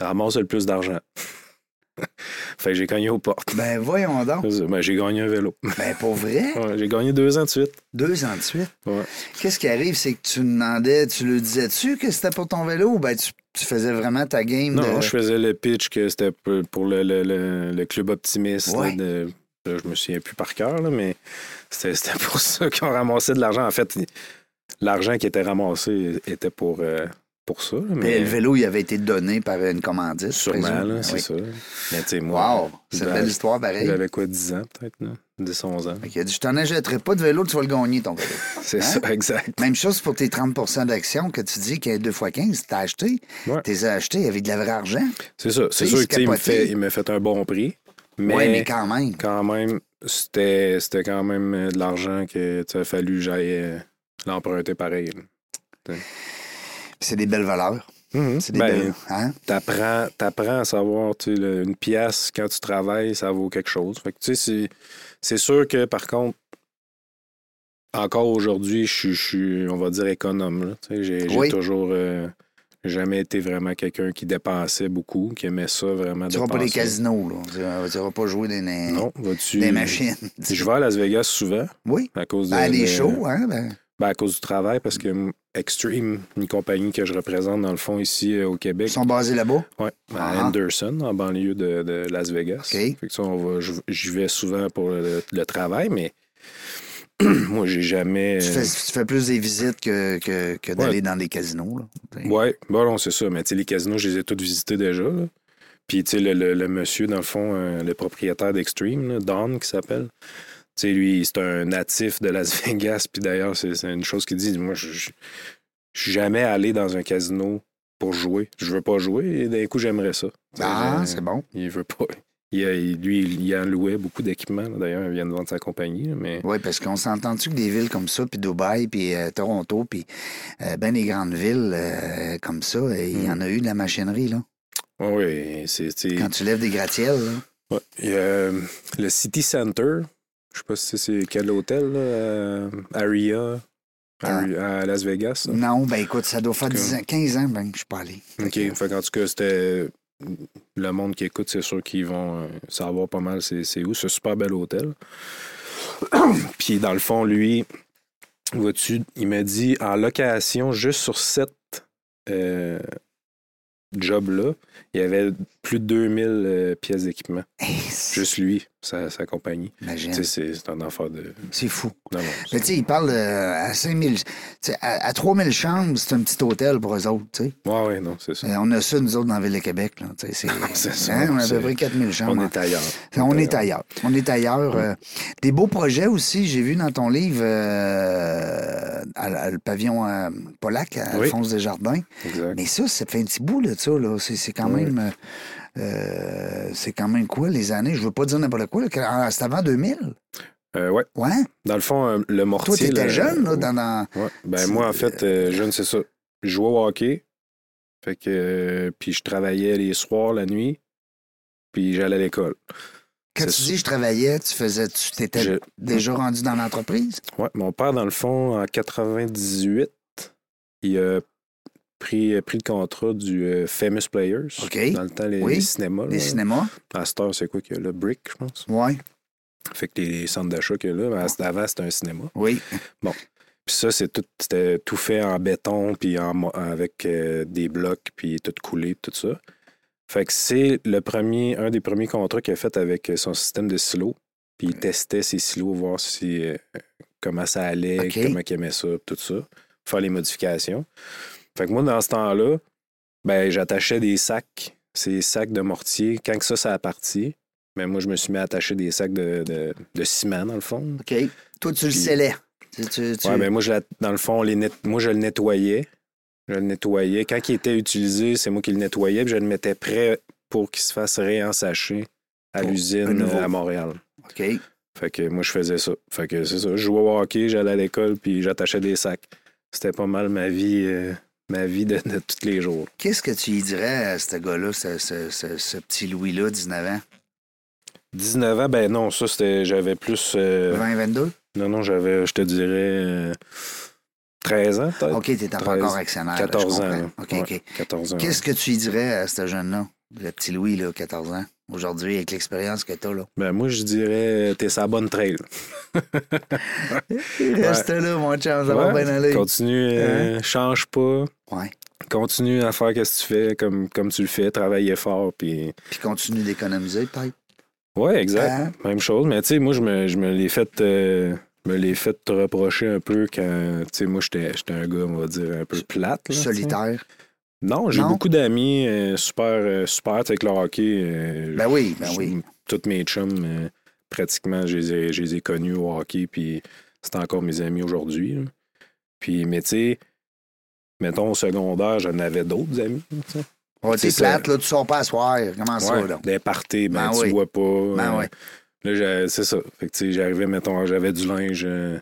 S2: Ramasse le plus d'argent. fait que j'ai cogné aux portes.
S1: Ben, voyons donc.
S2: Ben, j'ai gagné un vélo.
S1: Ben, pour vrai,
S2: Ouais, j'ai gagné deux ans de suite.
S1: deux ans de suite.
S2: Ouais.
S1: Qu'est-ce qui arrive, c'est que tu demandais, tu le disais-tu que c'était pour ton vélo ou ben tu, tu faisais vraiment ta game
S2: Non,
S1: de.
S2: je faisais le pitch que c'était pour pour le, le- le- le club optimiste. là,
S1: Ouais.
S2: de- là, je me souviens plus par cœur, là, mais c'était c'était pour ça qu'on ramassait de l'argent. En fait, l'argent qui était ramassé était pour, euh, pour ça. là,
S1: Mais
S2: Mais
S1: Ben, le vélo, il avait été donné par une commandite.
S2: sûrement, là, c'est
S1: c'est
S2: ça. Mais tu sais, moi,
S1: Ah Wow, c'est une
S2: Ben,
S1: belle histoire, pareil.
S2: j'avais quoi, 10 ans peut-être, là? 10, 11 ans.
S1: Fait qu'il a dit, je t'en achèterai pas de vélo, tu vas le gagner, ton vélo.
S2: C'est
S1: Hein?
S2: ça, exact.
S1: Même chose pour tes 30 d'actions que tu dis qu'il y a 2 fois 15, t'as acheté.
S2: Ouais.
S1: T'es acheté avec de la vraie argent.
S2: C'est ça. C'est
S1: Tu sais,
S2: sûr que
S1: c'est
S2: tu sais, il me
S1: capoté.
S2: fait, il m'a fait un bon prix. Mais,
S1: Oui, mais quand même.
S2: quand même, c'était, c'était quand même euh, de l'argent que tu as fallu que j'aille euh, l'emprunter pareil. là.
S1: C'est des belles valeurs. C'est des
S2: Ben,
S1: belles. Hein?
S2: t'apprends, t'apprends à savoir, tu sais, le- une pièce, quand tu travailles, ça vaut quelque chose. Fait que, tu sais, c'est, c'est sûr que, par contre, encore aujourd'hui, je suis- je suis, on va dire, économe. là. Tu sais, J'ai, j'ai
S1: Oui.
S2: toujours euh, jamais été vraiment quelqu'un qui dépensait beaucoup, qui aimait ça vraiment.
S1: Tu vas pas des
S2: dépenser.
S1: casinos, là. Tu vas pas jouer des, des-
S2: Non, vas-tu.
S1: des machines.
S2: Je vais à Las Vegas souvent
S1: Oui.
S2: à cause de.
S1: Ben, les
S2: de-
S1: shows, hein? ben,
S2: Ben, à cause du travail, parce que Extreme, une compagnie que je représente dans le fond ici euh, au
S1: ils
S2: Québec,
S1: sont basés là-bas.
S2: ouais, à
S1: Ah.
S2: Anderson, en banlieue de, de Las Vegas.
S1: OK.
S2: Fait que ça, on va- je- j'y vais souvent pour le, le travail, mais moi, j'ai jamais.
S1: Tu fais, tu fais plus des visites que, que, que d'aller
S2: euh, Ouais.
S1: dans des casinos, là.
S2: Ouais, bon, non, c'est ça. Mais tu sais, les casinos, je les ai tous visités déjà. là. Puis, tu sais, le, le- le monsieur, dans le fond, euh, le propriétaire d'Extreme, là, Don, qui s'appelle, tu sais, lui, c'est un natif de Las Vegas. Puis d'ailleurs, c'est c'est une chose qu'il dit. Moi, je je- je suis jamais allé dans un casino pour jouer. Je veux pas jouer et d'un coup, j'aimerais ça. Tu sais,
S1: Ah,
S2: j'ai-
S1: c'est bon.
S2: Il veut pas. Il a- il- lui, il en louait beaucoup d'équipements. là. D'ailleurs, il vient de vendre sa compagnie. là, Mais
S1: Oui, parce qu'on s'entend-tu que des villes comme ça, puis Dubaï, puis euh, Toronto, puis euh, ben des grandes villes euh, comme ça, euh, il
S2: Hmm.
S1: y en a eu de la machinerie, là.
S2: oui, c'est. tu sais,
S1: Quand tu lèves des gratte-ciels, là.
S2: Ouais. Il y a, euh, le City Center, Je sais pas si c'est quel hôtel, là, euh, Aria, Ari- à Las Vegas. là.
S1: Non, ben écoute, ça doit faire
S2: Ok.
S1: 10 ans, 15 ans ben, que je suis pas allé. Fait
S2: OK.
S1: que,
S2: Fait en tout cas, c'était. mm, Le monde qui écoute, c'est sûr qu'ils vont euh, savoir pas mal c'est c'est où, ce super bel hôtel. Puis dans le fond, lui, vois-tu, il m'a dit en location, juste sur cette euh, job-là, il y avait plus de 2000 euh, pièces d'équipement.
S1: hey,
S2: Juste lui, sa, sa compagnie.
S1: Eh, imagine,
S2: Tu sais, c'est c'est un enfant de.
S1: c'est fou.
S2: Non, non.
S1: Mais tu sais, ils parlent euh, à 5000, tu sais, à, à 3000 chambres, c'est un petit hôtel pour eux autres, tu sais.
S2: Ouais, ouais, non, c'est ça.
S1: Euh, on a ça, nous autres, dans la Ville de Québec, là, tu sais, c'est-
S2: C'est ça,
S1: hein, on a à
S2: c'est-
S1: peu près 4000 chambres.
S2: On
S1: hein.
S2: est ailleurs.
S1: On est ailleurs. On est ailleurs. euh, des beaux projets aussi, j'ai vu dans ton livre, euh, à, la- à le pavillon euh, Polac, à
S2: Oui.
S1: Alphonse Desjardins.
S2: Exact.
S1: Mais ça, ça fait un petit bout, là, de ça, là. C'est, c'est quand
S2: Oui.
S1: même. euh, euh, c'est quand même quoi, les années? Je veux pas dire n'importe quoi. là, que- ah, c'est avant 2000.
S2: Euh, ouais.
S1: Ouais.
S2: Dans le fond, euh, le mortier.
S1: Toi, t'étais
S2: là,
S1: jeune, là,
S2: euh,
S1: dans. dans-
S2: Ouais. Ben,
S1: Tu-
S2: moi, en fait, euh, jeune, c'est ça. Je jouais au hockey. Fait que. euh, puis je travaillais les soirs, la nuit. Puis j'allais à l'école.
S1: Quand tu
S2: c'est
S1: dis je travaillais, tu faisais. Tu t'étais
S2: Je-
S1: déjà rendu dans l'entreprise?
S2: Ouais, mon père, dans le fond, en 98, il a pris, euh, pris le contrat du euh, Famous Players.
S1: OK.
S2: Dans le temps, les,
S1: Oui.
S2: les cinémas.
S1: Les
S2: là.
S1: cinémas?
S2: À cette heure, c'est quoi qu'il y a là? Brick, je pense.
S1: Ouais.
S2: Fait que les, les centres d'achat qu'il y a là, ben,
S1: Ah.
S2: c'était- avant, c'était un cinéma.
S1: Oui.
S2: Puis ça, c'est tout, c'était tout fait en béton, puis en, mo- avec euh, des blocs, puis tout coulé, tout ça. Fait que c'est le premier, un des premiers contrats qu'il a fait avec euh, son système de silos. Puis il testait ses silos, voir si, euh, comment ça allait,
S1: OK.
S2: comment il aimait ça, tout ça. Faire les modifications. Fait que moi, dans ce temps-là, ben, j'attachais des sacs, ces sacs de mortier. Quand que ça, ça a parti, mais moi, je me suis mis à attacher des sacs de, de, de ciment, dans le fond.
S1: OK. Toi, tu le
S2: Puis-
S1: scellais. Tu, tu- tu-
S2: Ouais, ben moi, je la- dans le fond, les net- moi, je le nettoyais. Je le nettoyais. Quand il était utilisé, c'est moi qui le nettoyais, puis je le mettais prêt pour qu'il se fasse réensacher à
S1: Pour un
S2: l'usine
S1: nouveau.
S2: euh, à Montréal.
S1: OK.
S2: Fait que moi, je faisais ça. Fait que c'est ça. Je jouais au hockey, j'allais à l'école, puis j'attachais des sacs. C'était pas mal ma vie, euh, ma vie de, de tous les jours.
S1: Qu'est-ce que tu y dirais à ce gars-là, ce, ce- ce- ce petit Louis-là, 19 ans?
S2: 19 ans, ben non, ça, c'était. J'avais plus. euh,
S1: 20, 22?
S2: Non, non, j'avais, je te dirais, euh, 13 ans, peut-être.
S1: OK, tu n'étais pas
S2: 13,
S1: encore actionnaire. là, je
S2: 14 euh, ans,
S1: comprends.
S2: là.
S1: OK,
S2: Ouais.
S1: OK.
S2: 14 ans. ouais.
S1: Qu'est-ce que tu y dirais à ce jeune-là, le petit Louis, là, 14 ans, aujourd'hui, avec l'expérience que tu as, là?
S2: Ben, moi, je dirais, euh, t'es sa bonne trail.
S1: Reste là, mon chum, ça va
S2: Ouais,
S1: bien aller. Hein?
S2: Continue, euh, change pas.
S1: Ouais.
S2: Continue à faire ce que tu fais comme, comme tu le fais, travailler fort. Puis...
S1: Puis continue d'économiser, peut-être.
S2: Ouais, exact.
S1: Hein?
S2: Même chose. Mais tu sais, moi, je me, je me l'ai fait. euh, je me l'ai fait te reprocher un peu quand, tu sais, moi, j'étais j'étais un gars, on va dire, un peu plate. là,
S1: Solitaire.
S2: tu sais. Non, j'ai
S1: Non?
S2: beaucoup d'amis euh, super, euh, super avec le hockey. euh,
S1: Ben oui, ben
S2: je-
S1: oui.
S2: Toutes mes chums, euh, pratiquement, je les, ai, je les ai connus au hockey, puis c'est encore mes amis aujourd'hui. là. Puis, mais tu sais, mettons au secondaire, j'en avais d'autres amis. tu sais.
S1: Ouais, t'es
S2: c'est ça.
S1: plate, là, tu sors pas à soir. Comment Ah, ça,
S2: euh, Ouais,
S1: là?
S2: Des parties, ben,
S1: Ben
S2: tu
S1: oui.
S2: vois pas.
S1: Ben
S2: euh,
S1: ouais.
S2: Là, j'ai- c'est ça. Fait que tu sais, j'arrivais, mettons, j'avais du linge euh,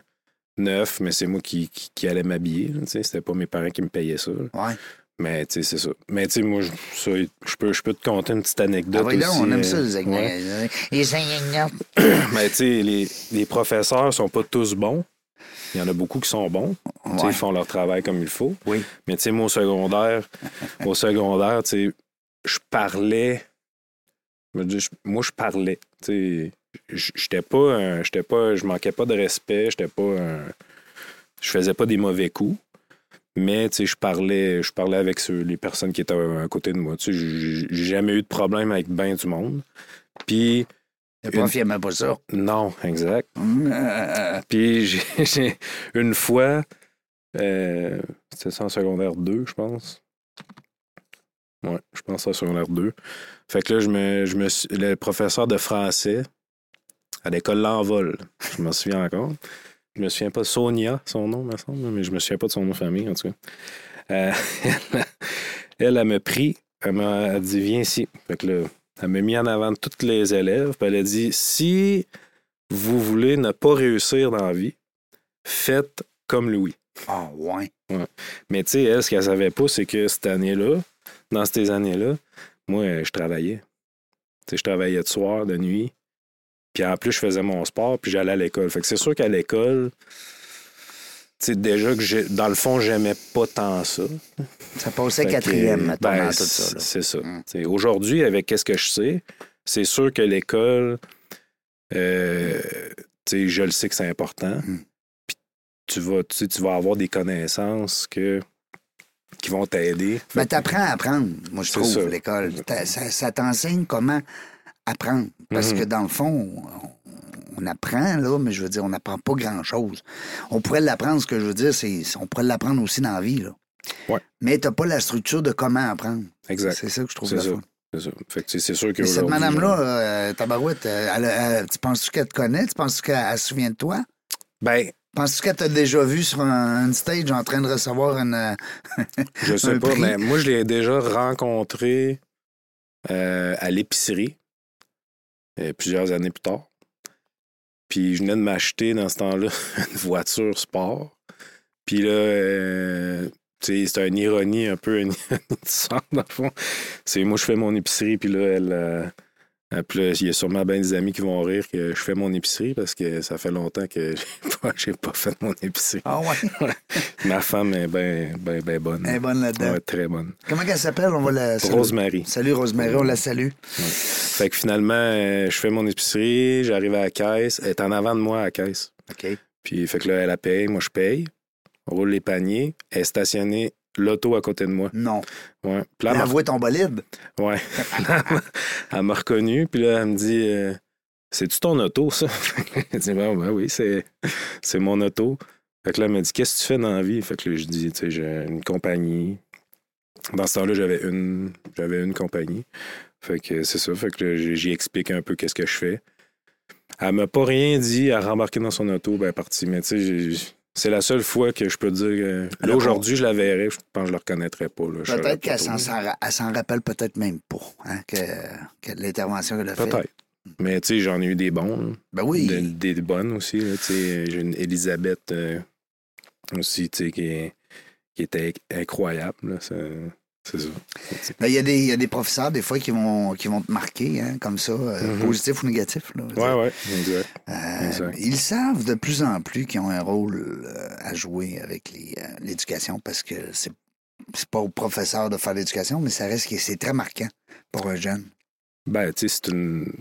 S2: neuf, mais c'est moi qui, qui, qui allais m'habiller. là, tu sais, C'était pas mes parents qui me payaient ça. là.
S1: Ouais.
S2: Mais tu sais, c'est ça. Mais tu sais, moi, je ça, je peux, je peux te conter une petite
S1: Ah
S2: anecdote.
S1: oui, là,
S2: aussi,
S1: on aime
S2: euh,
S1: ça, les
S2: ouais.
S1: anecdotes. Les anecdotes.
S2: Mais tu sais, les, les professeurs sont pas tous bons. Il y en a beaucoup qui sont bons. Tu sais,
S1: Ouais.
S2: Ils font leur travail comme il faut.
S1: Oui.
S2: Mais tu sais, moi, au secondaire, au secondaire, tu sais, je parlais. je me dis, je- Moi, je parlais. Tu sais, j- j'étais pas, un- j'étais pas, je manquais pas de respect. J'étais pas, un- je faisais pas des mauvais coups. Mais tu sais, je parlais, je parlais avec ceux- les personnes qui étaient à à côté de moi. Tu sais, j'ai j'ai jamais eu de problème avec ben du monde. Puis
S1: Le
S2: Une-
S1: prof, il aimait pas ça.
S2: non, exact.
S1: Hum, euh, euh,
S2: Puis j'ai- j'ai une fois, euh, c'était ça en secondaire 2, je pense. Ouais, je pense en secondaire 2. Fait que là, je me, je me suis- le professeur de français à l'école L'Envol, je m'en souviens encore. Je me souviens pas de Sonia, son nom, me semble, mais je me souviens pas de son nom de famille, en tout cas. Euh, elle, elle, elle m'a pris, elle m'a dit Viens ici. Fait que là, elle m'a mis en avant de tous les élèves, puis elle a dit Si vous voulez ne pas réussir dans la vie, faites comme Louis.
S1: Ah, ouais.
S2: Mais tu sais, elle, ce qu'elle savait pas, c'est que cette année-là, dans ces années-là, moi, euh, je travaillais. Tu sais, je travaillais de soir, de nuit. Puis en plus, je faisais mon sport, puis j'allais à l'école. Fait que c'est sûr qu'à l'école, tu sais, déjà que j'ai- dans le fond, j'aimais pas tant ça.
S1: Ça passait
S2: Fait que,
S1: quatrième,
S2: euh,
S1: mettons,
S2: ben,
S1: dans tout ça. là.
S2: C'est ça.
S1: Mm.
S2: T'sais, Aujourd'hui, avec qu'est-ce que je sais, c'est sûr que l'école, euh, t'sais, je le sais que c'est important.
S1: Mm.
S2: Puis tu vas, tu sais, tu vas avoir des connaissances que, qui vont t'aider. Fait
S1: Mais t'apprends à apprendre, moi, je
S2: C'est
S1: trouve,
S2: ça.
S1: l'école. T'a- Ça, ça t'enseigne comment apprendre. Parce
S2: Mhm.
S1: que, dans le fond, on, on apprend, là, mais je veux dire, on n'apprend pas grand-chose. On pourrait l'apprendre, ce que je veux dire, c'est on pourrait l'apprendre aussi dans la vie, là.
S2: Ouais.
S1: Mais t'as pas la structure de comment apprendre.
S2: que- Exact.
S1: C'est ça que je trouve
S2: C'est
S1: le
S2: ça.
S1: fun.
S2: C'est ça. Fait que, t'sais, c'est sûr que
S1: Mais cette madame-là, euh, Tabarouette, euh, elle a- elle- tu penses-tu qu'elle te connaît? Tu penses-tu qu'elle elle se souvient de toi?
S2: ben,
S1: Penses-tu qu'elle t'a déjà vu sur un, une stage en train de recevoir une. euh,
S2: Ah je sais
S1: Un
S2: pas,
S1: prix.
S2: mais moi, je l'ai déjà rencontré euh, à l'épicerie euh, plusieurs années plus tard. Puis je venais de m'acheter dans ce temps-là une voiture sport. Puis là, euh, tu sais, c'est une ironie un peu une ironie du sort, dans le fond. C'est moi, je fais mon épicerie, puis là, elle. euh, euh, puis là, il y a sûrement bien des amis qui vont rire que je fais mon épicerie parce que ça fait longtemps que j'ai pas, j'ai pas fait mon épicerie.
S1: Ah ouais,
S2: Ma femme est bien ben, ben bonne.
S1: elle est bonne là-dedans.
S2: Ouais, très bonne.
S1: Comment elle s'appelle? On va la saluer.
S2: Rosemary.
S1: Salut Rosemary, on la salue.
S2: Fait que finalement, euh, je fais mon épicerie, j'arrive à la caisse, elle est en avant de moi à la caisse.
S1: OK.
S2: Puis fait que là, elle a paye, moi je paye, on roule les paniers, elle est stationnée l'auto à côté de moi.
S1: Non.
S2: Ouais. Puis
S1: Elle
S2: là, elle m'a-
S1: voit ton bolide.
S2: ouais. elle m'a reconnu, puis là, elle me dit euh, C'est-tu ton auto, ça Elle dit Ben, ben oui, c'est c'est mon auto. Fait que là, elle m'a dit Qu'est-ce que tu fais dans la vie Fait que là, je dis Tu sais, j'ai une compagnie. Dans ce temps-là, j'avais une, j'avais une compagnie. Fait que c'est ça. Fait que là, j- j'y explique un peu qu'est-ce que je fais. Elle m'a pas rien dit. Elle a rembarqué dans son auto, ben elle est partie. Mais tu sais, j'ai- c'est la seule fois que je peux dire. euh, Là,
S1: Alors,
S2: aujourd'hui, je la verrais. Je pense que je la reconnaîtrais pas. là. Je saurais
S1: Peut-être
S2: pas
S1: qu'elle s'en,
S2: trop.
S1: s'en- elle s'en rappelle peut-être même pas, hein, que, que l'intervention qu'elle a faite.
S2: Peut-être. Mais tu sais, j'en ai eu des bons. là.
S1: Ben oui.
S2: Des, des bonnes aussi. là, tu sais. J'ai une Elisabeth euh, aussi, tu sais, qui, est- qui était incroyable. là, ça- C'est ça.
S1: Ben, Il y, a des- il y a des professeurs, des fois, qui vont, qui vont te marquer, hein, comme ça, euh,
S2: Mhm.
S1: positif ou négatif. là.
S2: Ouais, ouais. exact.
S1: Euh,
S2: Exact.
S1: ils savent de plus en plus qu'ils ont un rôle euh, à jouer avec les, euh, l'éducation parce que c'est, c'est pas au professeur de faire l'éducation, mais ça reste que c'est très marquant pour un jeune.
S2: Ben, tu sais, c'est une.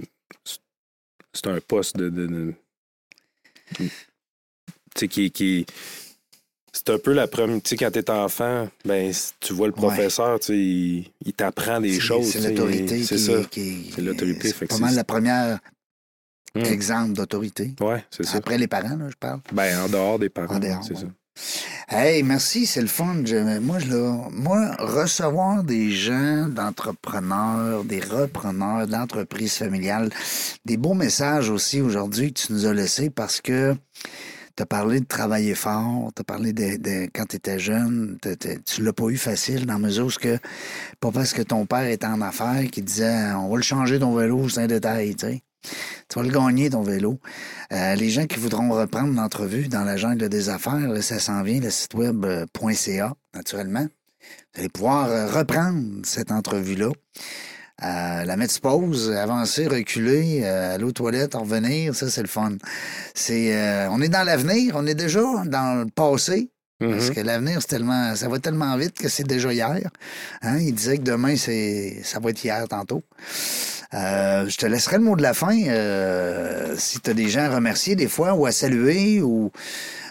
S2: c'est- C'est un poste de. de- de- Tu sais, qui. qui... C'est un peu la première. Tu sais, quand t'es enfant, ben, c- tu vois le
S1: Ouais.
S2: professeur, tu sais, il, il t'apprend des
S1: C'est-
S2: choses.
S1: C'est
S2: tu sais,
S1: l'autorité
S2: C'est
S1: qui-
S2: ça.
S1: qui-
S2: C'est l'autorité, fait
S1: C'est
S2: que
S1: pas
S2: c'est-
S1: mal le premier
S2: Mm.
S1: exemple d'autorité.
S2: Ouais, c'est ça.
S1: Après les parents, là, je parle.
S2: Ben, en dehors des parents.
S1: En dehors,
S2: c'est
S1: ouais.
S2: ça.
S1: Hey, merci, c'est le fun. Je- moi, je, le- moi, recevoir des gens, d'entrepreneurs, des repreneurs, d'entreprises familiales, des beaux messages aussi aujourd'hui que tu nous as laissés parce que tu as parlé de travailler fort, tu as parlé de, de- quand tu étais jeune, t'as- t'as- tu l'as pas eu facile dans la mesure où ce que, pas parce que ton père était en affaires qui disait on va le changer ton vélo, c'est un détail, tu sais. Tu vas le gagner, ton vélo. Euh, les gens qui voudront reprendre l'entrevue dans la jungle des affaires, là, ça s'en vient, le site web euh, .ca, naturellement. Vous allez pouvoir euh, reprendre cette entrevue-là, euh, la mettre sur pause, avancer, reculer, euh, aller aux toilettes, en revenir, ça c'est le fun. C'est, euh, on est dans l'avenir, on est déjà dans le passé, parce
S2: Mhm.
S1: que l'avenir, c'est tellement, ça va tellement vite que c'est déjà hier. Hein, Il disait que demain, c'est, ça va être hier tantôt. Euh, je te laisserai le mot de la fin. euh, si tu as des gens à remercier des fois ou à saluer, ou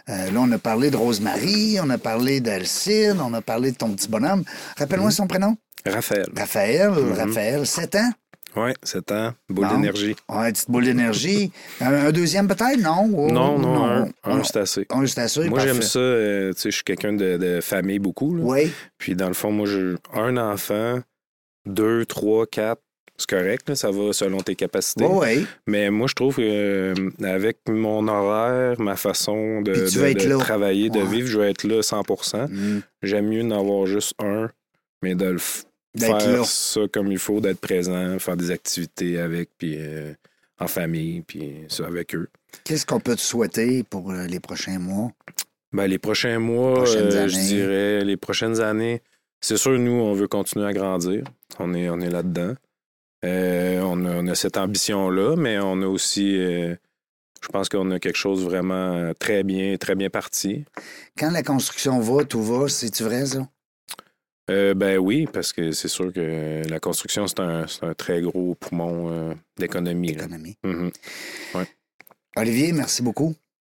S1: euh, là, on a parlé de Rosemary, on a parlé d'Alcide, on a parlé de ton petit bonhomme.
S2: Mm-hmm.
S1: Rappelle-moi son prénom.
S2: Raphaël.
S1: Raphaël,
S2: Mm-hmm.
S1: Raphaël, 7 ans.
S2: Oui, 7 ans, boule
S1: Bon.
S2: d'énergie.
S1: Ouais, une petite boule d'énergie. un, un deuxième peut-être, non? Oh,
S2: non, non, un, un,
S1: Un,
S2: c'est assez.
S1: un, c'est assez,
S2: Moi, j'aime
S1: parfait.
S2: ça. euh, tu sais, je suis quelqu'un de, de famille beaucoup. là.
S1: Oui,
S2: Puis, dans le fond, moi, j'ai un enfant, deux, trois, quatre. C'est correct, là, ça va selon tes capacités.
S1: oui, oui.
S2: Mais moi, je trouve que euh, avec mon horaire, ma façon de,
S1: Puis tu
S2: de-
S1: vas être
S2: de
S1: là.
S2: travailler, de
S1: Ouais.
S2: vivre, je vais être là 100
S1: Mm.
S2: J'aime mieux d'en avoir juste un, mais de le f-
S1: D'être
S2: faire
S1: là.
S2: ça comme il faut, d'être présent, faire des activités avec, puis euh, en famille, puis ça avec eux.
S1: Qu'est-ce qu'on peut te souhaiter pour euh, les prochains mois?
S2: Ben, les prochains mois,
S1: Prochaines
S2: euh, je
S1: années.
S2: dirais, les prochaines années, c'est sûr, nous, on veut continuer à grandir. On est, on est là-dedans. Euh, on, a, on a cette ambition-là, mais on a aussi, euh, je pense qu'on a quelque chose vraiment euh, très bien, très bien parti.
S1: Quand la construction va, tout va, c'est-tu vrai, ça?
S2: Euh, ben oui, parce que c'est sûr que la construction, c'est un, c'est un très gros poumon euh, d'économie. là.
S1: Économie.
S2: Mhm.
S1: Olivier, merci beaucoup.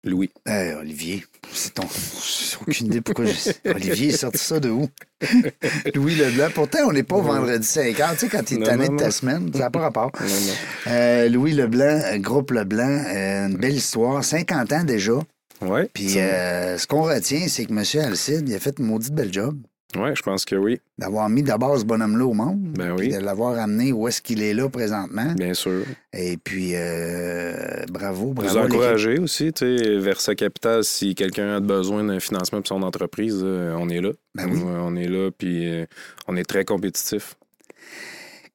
S2: Louis.
S1: Euh, Olivier, c'est ton. J'ai aucune idée pourquoi. j'ai- Olivier, il sorti ça de où? Louis Leblanc. Pourtant, on n'est pas vendredi 5 heures. Tu sais, quand tu es
S2: Non,
S1: tanné
S2: non,
S1: de ta
S2: non.
S1: semaine, ça n'a pas rapport.
S2: Non, non.
S1: Euh, Louis Leblanc, euh, groupe Leblanc, euh, une belle histoire, 50 ans déjà.
S2: Ouais.
S1: Puis euh, ce qu'on retient, c'est que M. Alcide, il a fait une maudite belle job
S2: Ouais, je pense que oui.
S1: d'avoir mis d'abord ce bonhomme-là au monde.
S2: Ben
S1: puis
S2: oui,
S1: De l'avoir amené où est-ce qu'il est là présentement.
S2: bien sûr.
S1: Et puis, euh, bravo,
S2: Vous
S1: bravo. l'équipe.
S2: encourager aussi, tu sais, Versa Capital, si quelqu'un a besoin d'un financement pour son entreprise, euh, on est là.
S1: Ben oui.
S2: Ouais, On est là, puis euh, on est très compétitif.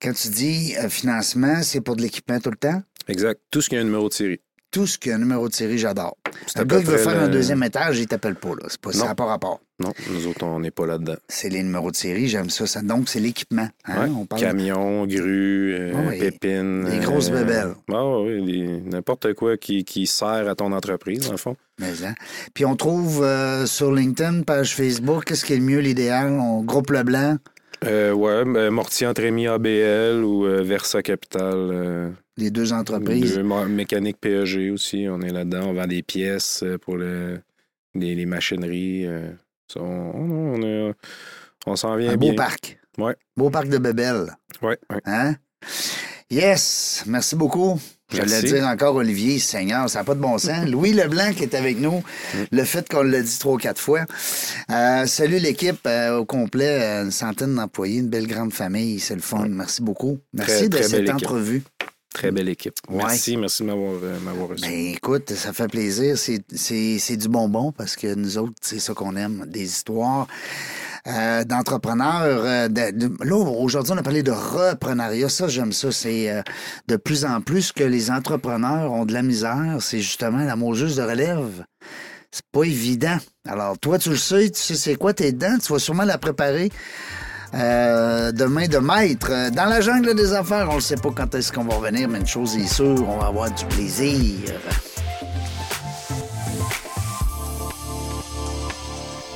S1: Quand tu dis euh, financement, c'est pour de l'équipement tout le temps?
S2: Exact. Tout ce qui a un numéro de série.
S1: tout ce qui a un numéro de série, j'adore.
S2: C'est
S1: Un
S2: à peu
S1: gars qui veut
S2: près
S1: faire
S2: le-
S1: un deuxième étage, il t'appelle pas, là. C'est pas, ça
S2: Non.
S1: n'a pas rapport.
S2: Non, nous autres, on n'est pas là-dedans.
S1: C'est les numéros de série, j'aime ça. ça. Donc, c'est l'équipement. hein,
S2: Ouais.
S1: On parle
S2: Camions, grues, euh,
S1: Ah oui.
S2: pépines.
S1: Des grosses
S2: euh,
S1: bébelles.
S2: ah oui, des- n'importe quoi qui, qui sert à ton entreprise, dans le fond.
S1: de maison. Puis on trouve euh, sur LinkedIn, page Facebook, qu'est-ce qui est le mieux, l'idéal? On groupe le blanc,
S2: Euh, ouais, ben, Mortier Trémy ABL ou euh, Versa Capital. euh,
S1: les deux entreprises.
S2: Deux, mo- mécanique PEG aussi, on est là-dedans. On vend des pièces euh, pour le- les, les machineries. euh, ça, on, on- on est- on s'en vient
S1: Un beau
S2: bien.
S1: parc.
S2: Ouais.
S1: Beau parc de Bebel.
S2: Ouais, ouais.
S1: Hein? Yes! Merci beaucoup. J'allais
S2: Merci.
S1: dire encore Olivier, Seigneur, ça n'a pas de bon sens. Louis Leblanc qui est avec nous, le fait qu'on l'a dit trois ou quatre fois. Euh, salut l'équipe euh, au complet, euh, une centaine d'employés, une belle grande famille, c'est le fun. Merci beaucoup. Merci de
S2: très
S1: cette
S2: belle équipe.
S1: entrevue.
S2: Très belle équipe.
S1: Ouais.
S2: Merci, merci de m'avoir euh, m'avoir reçu.
S1: Ben, écoute, ça fait plaisir. C'est- C'est c'est du bonbon parce que nous autres, c'est ça qu'on aime, des histoires euh, d'entrepreneurs. euh, de- de- là, aujourd'hui, on a parlé de reprenariat. Ça, j'aime ça. C'est euh, de plus en plus que les entrepreneurs ont de la misère. C'est justement l'amour juste de relève. C'est pas évident. Alors, toi, tu le sais, tu sais c'est quoi, t'es dedans. Tu vas sûrement la préparer. Euh, demain de maître. Euh, Dans la jungle des affaires, on ne sait pas quand est-ce qu'on va revenir, mais une chose est sûre, on va avoir du plaisir.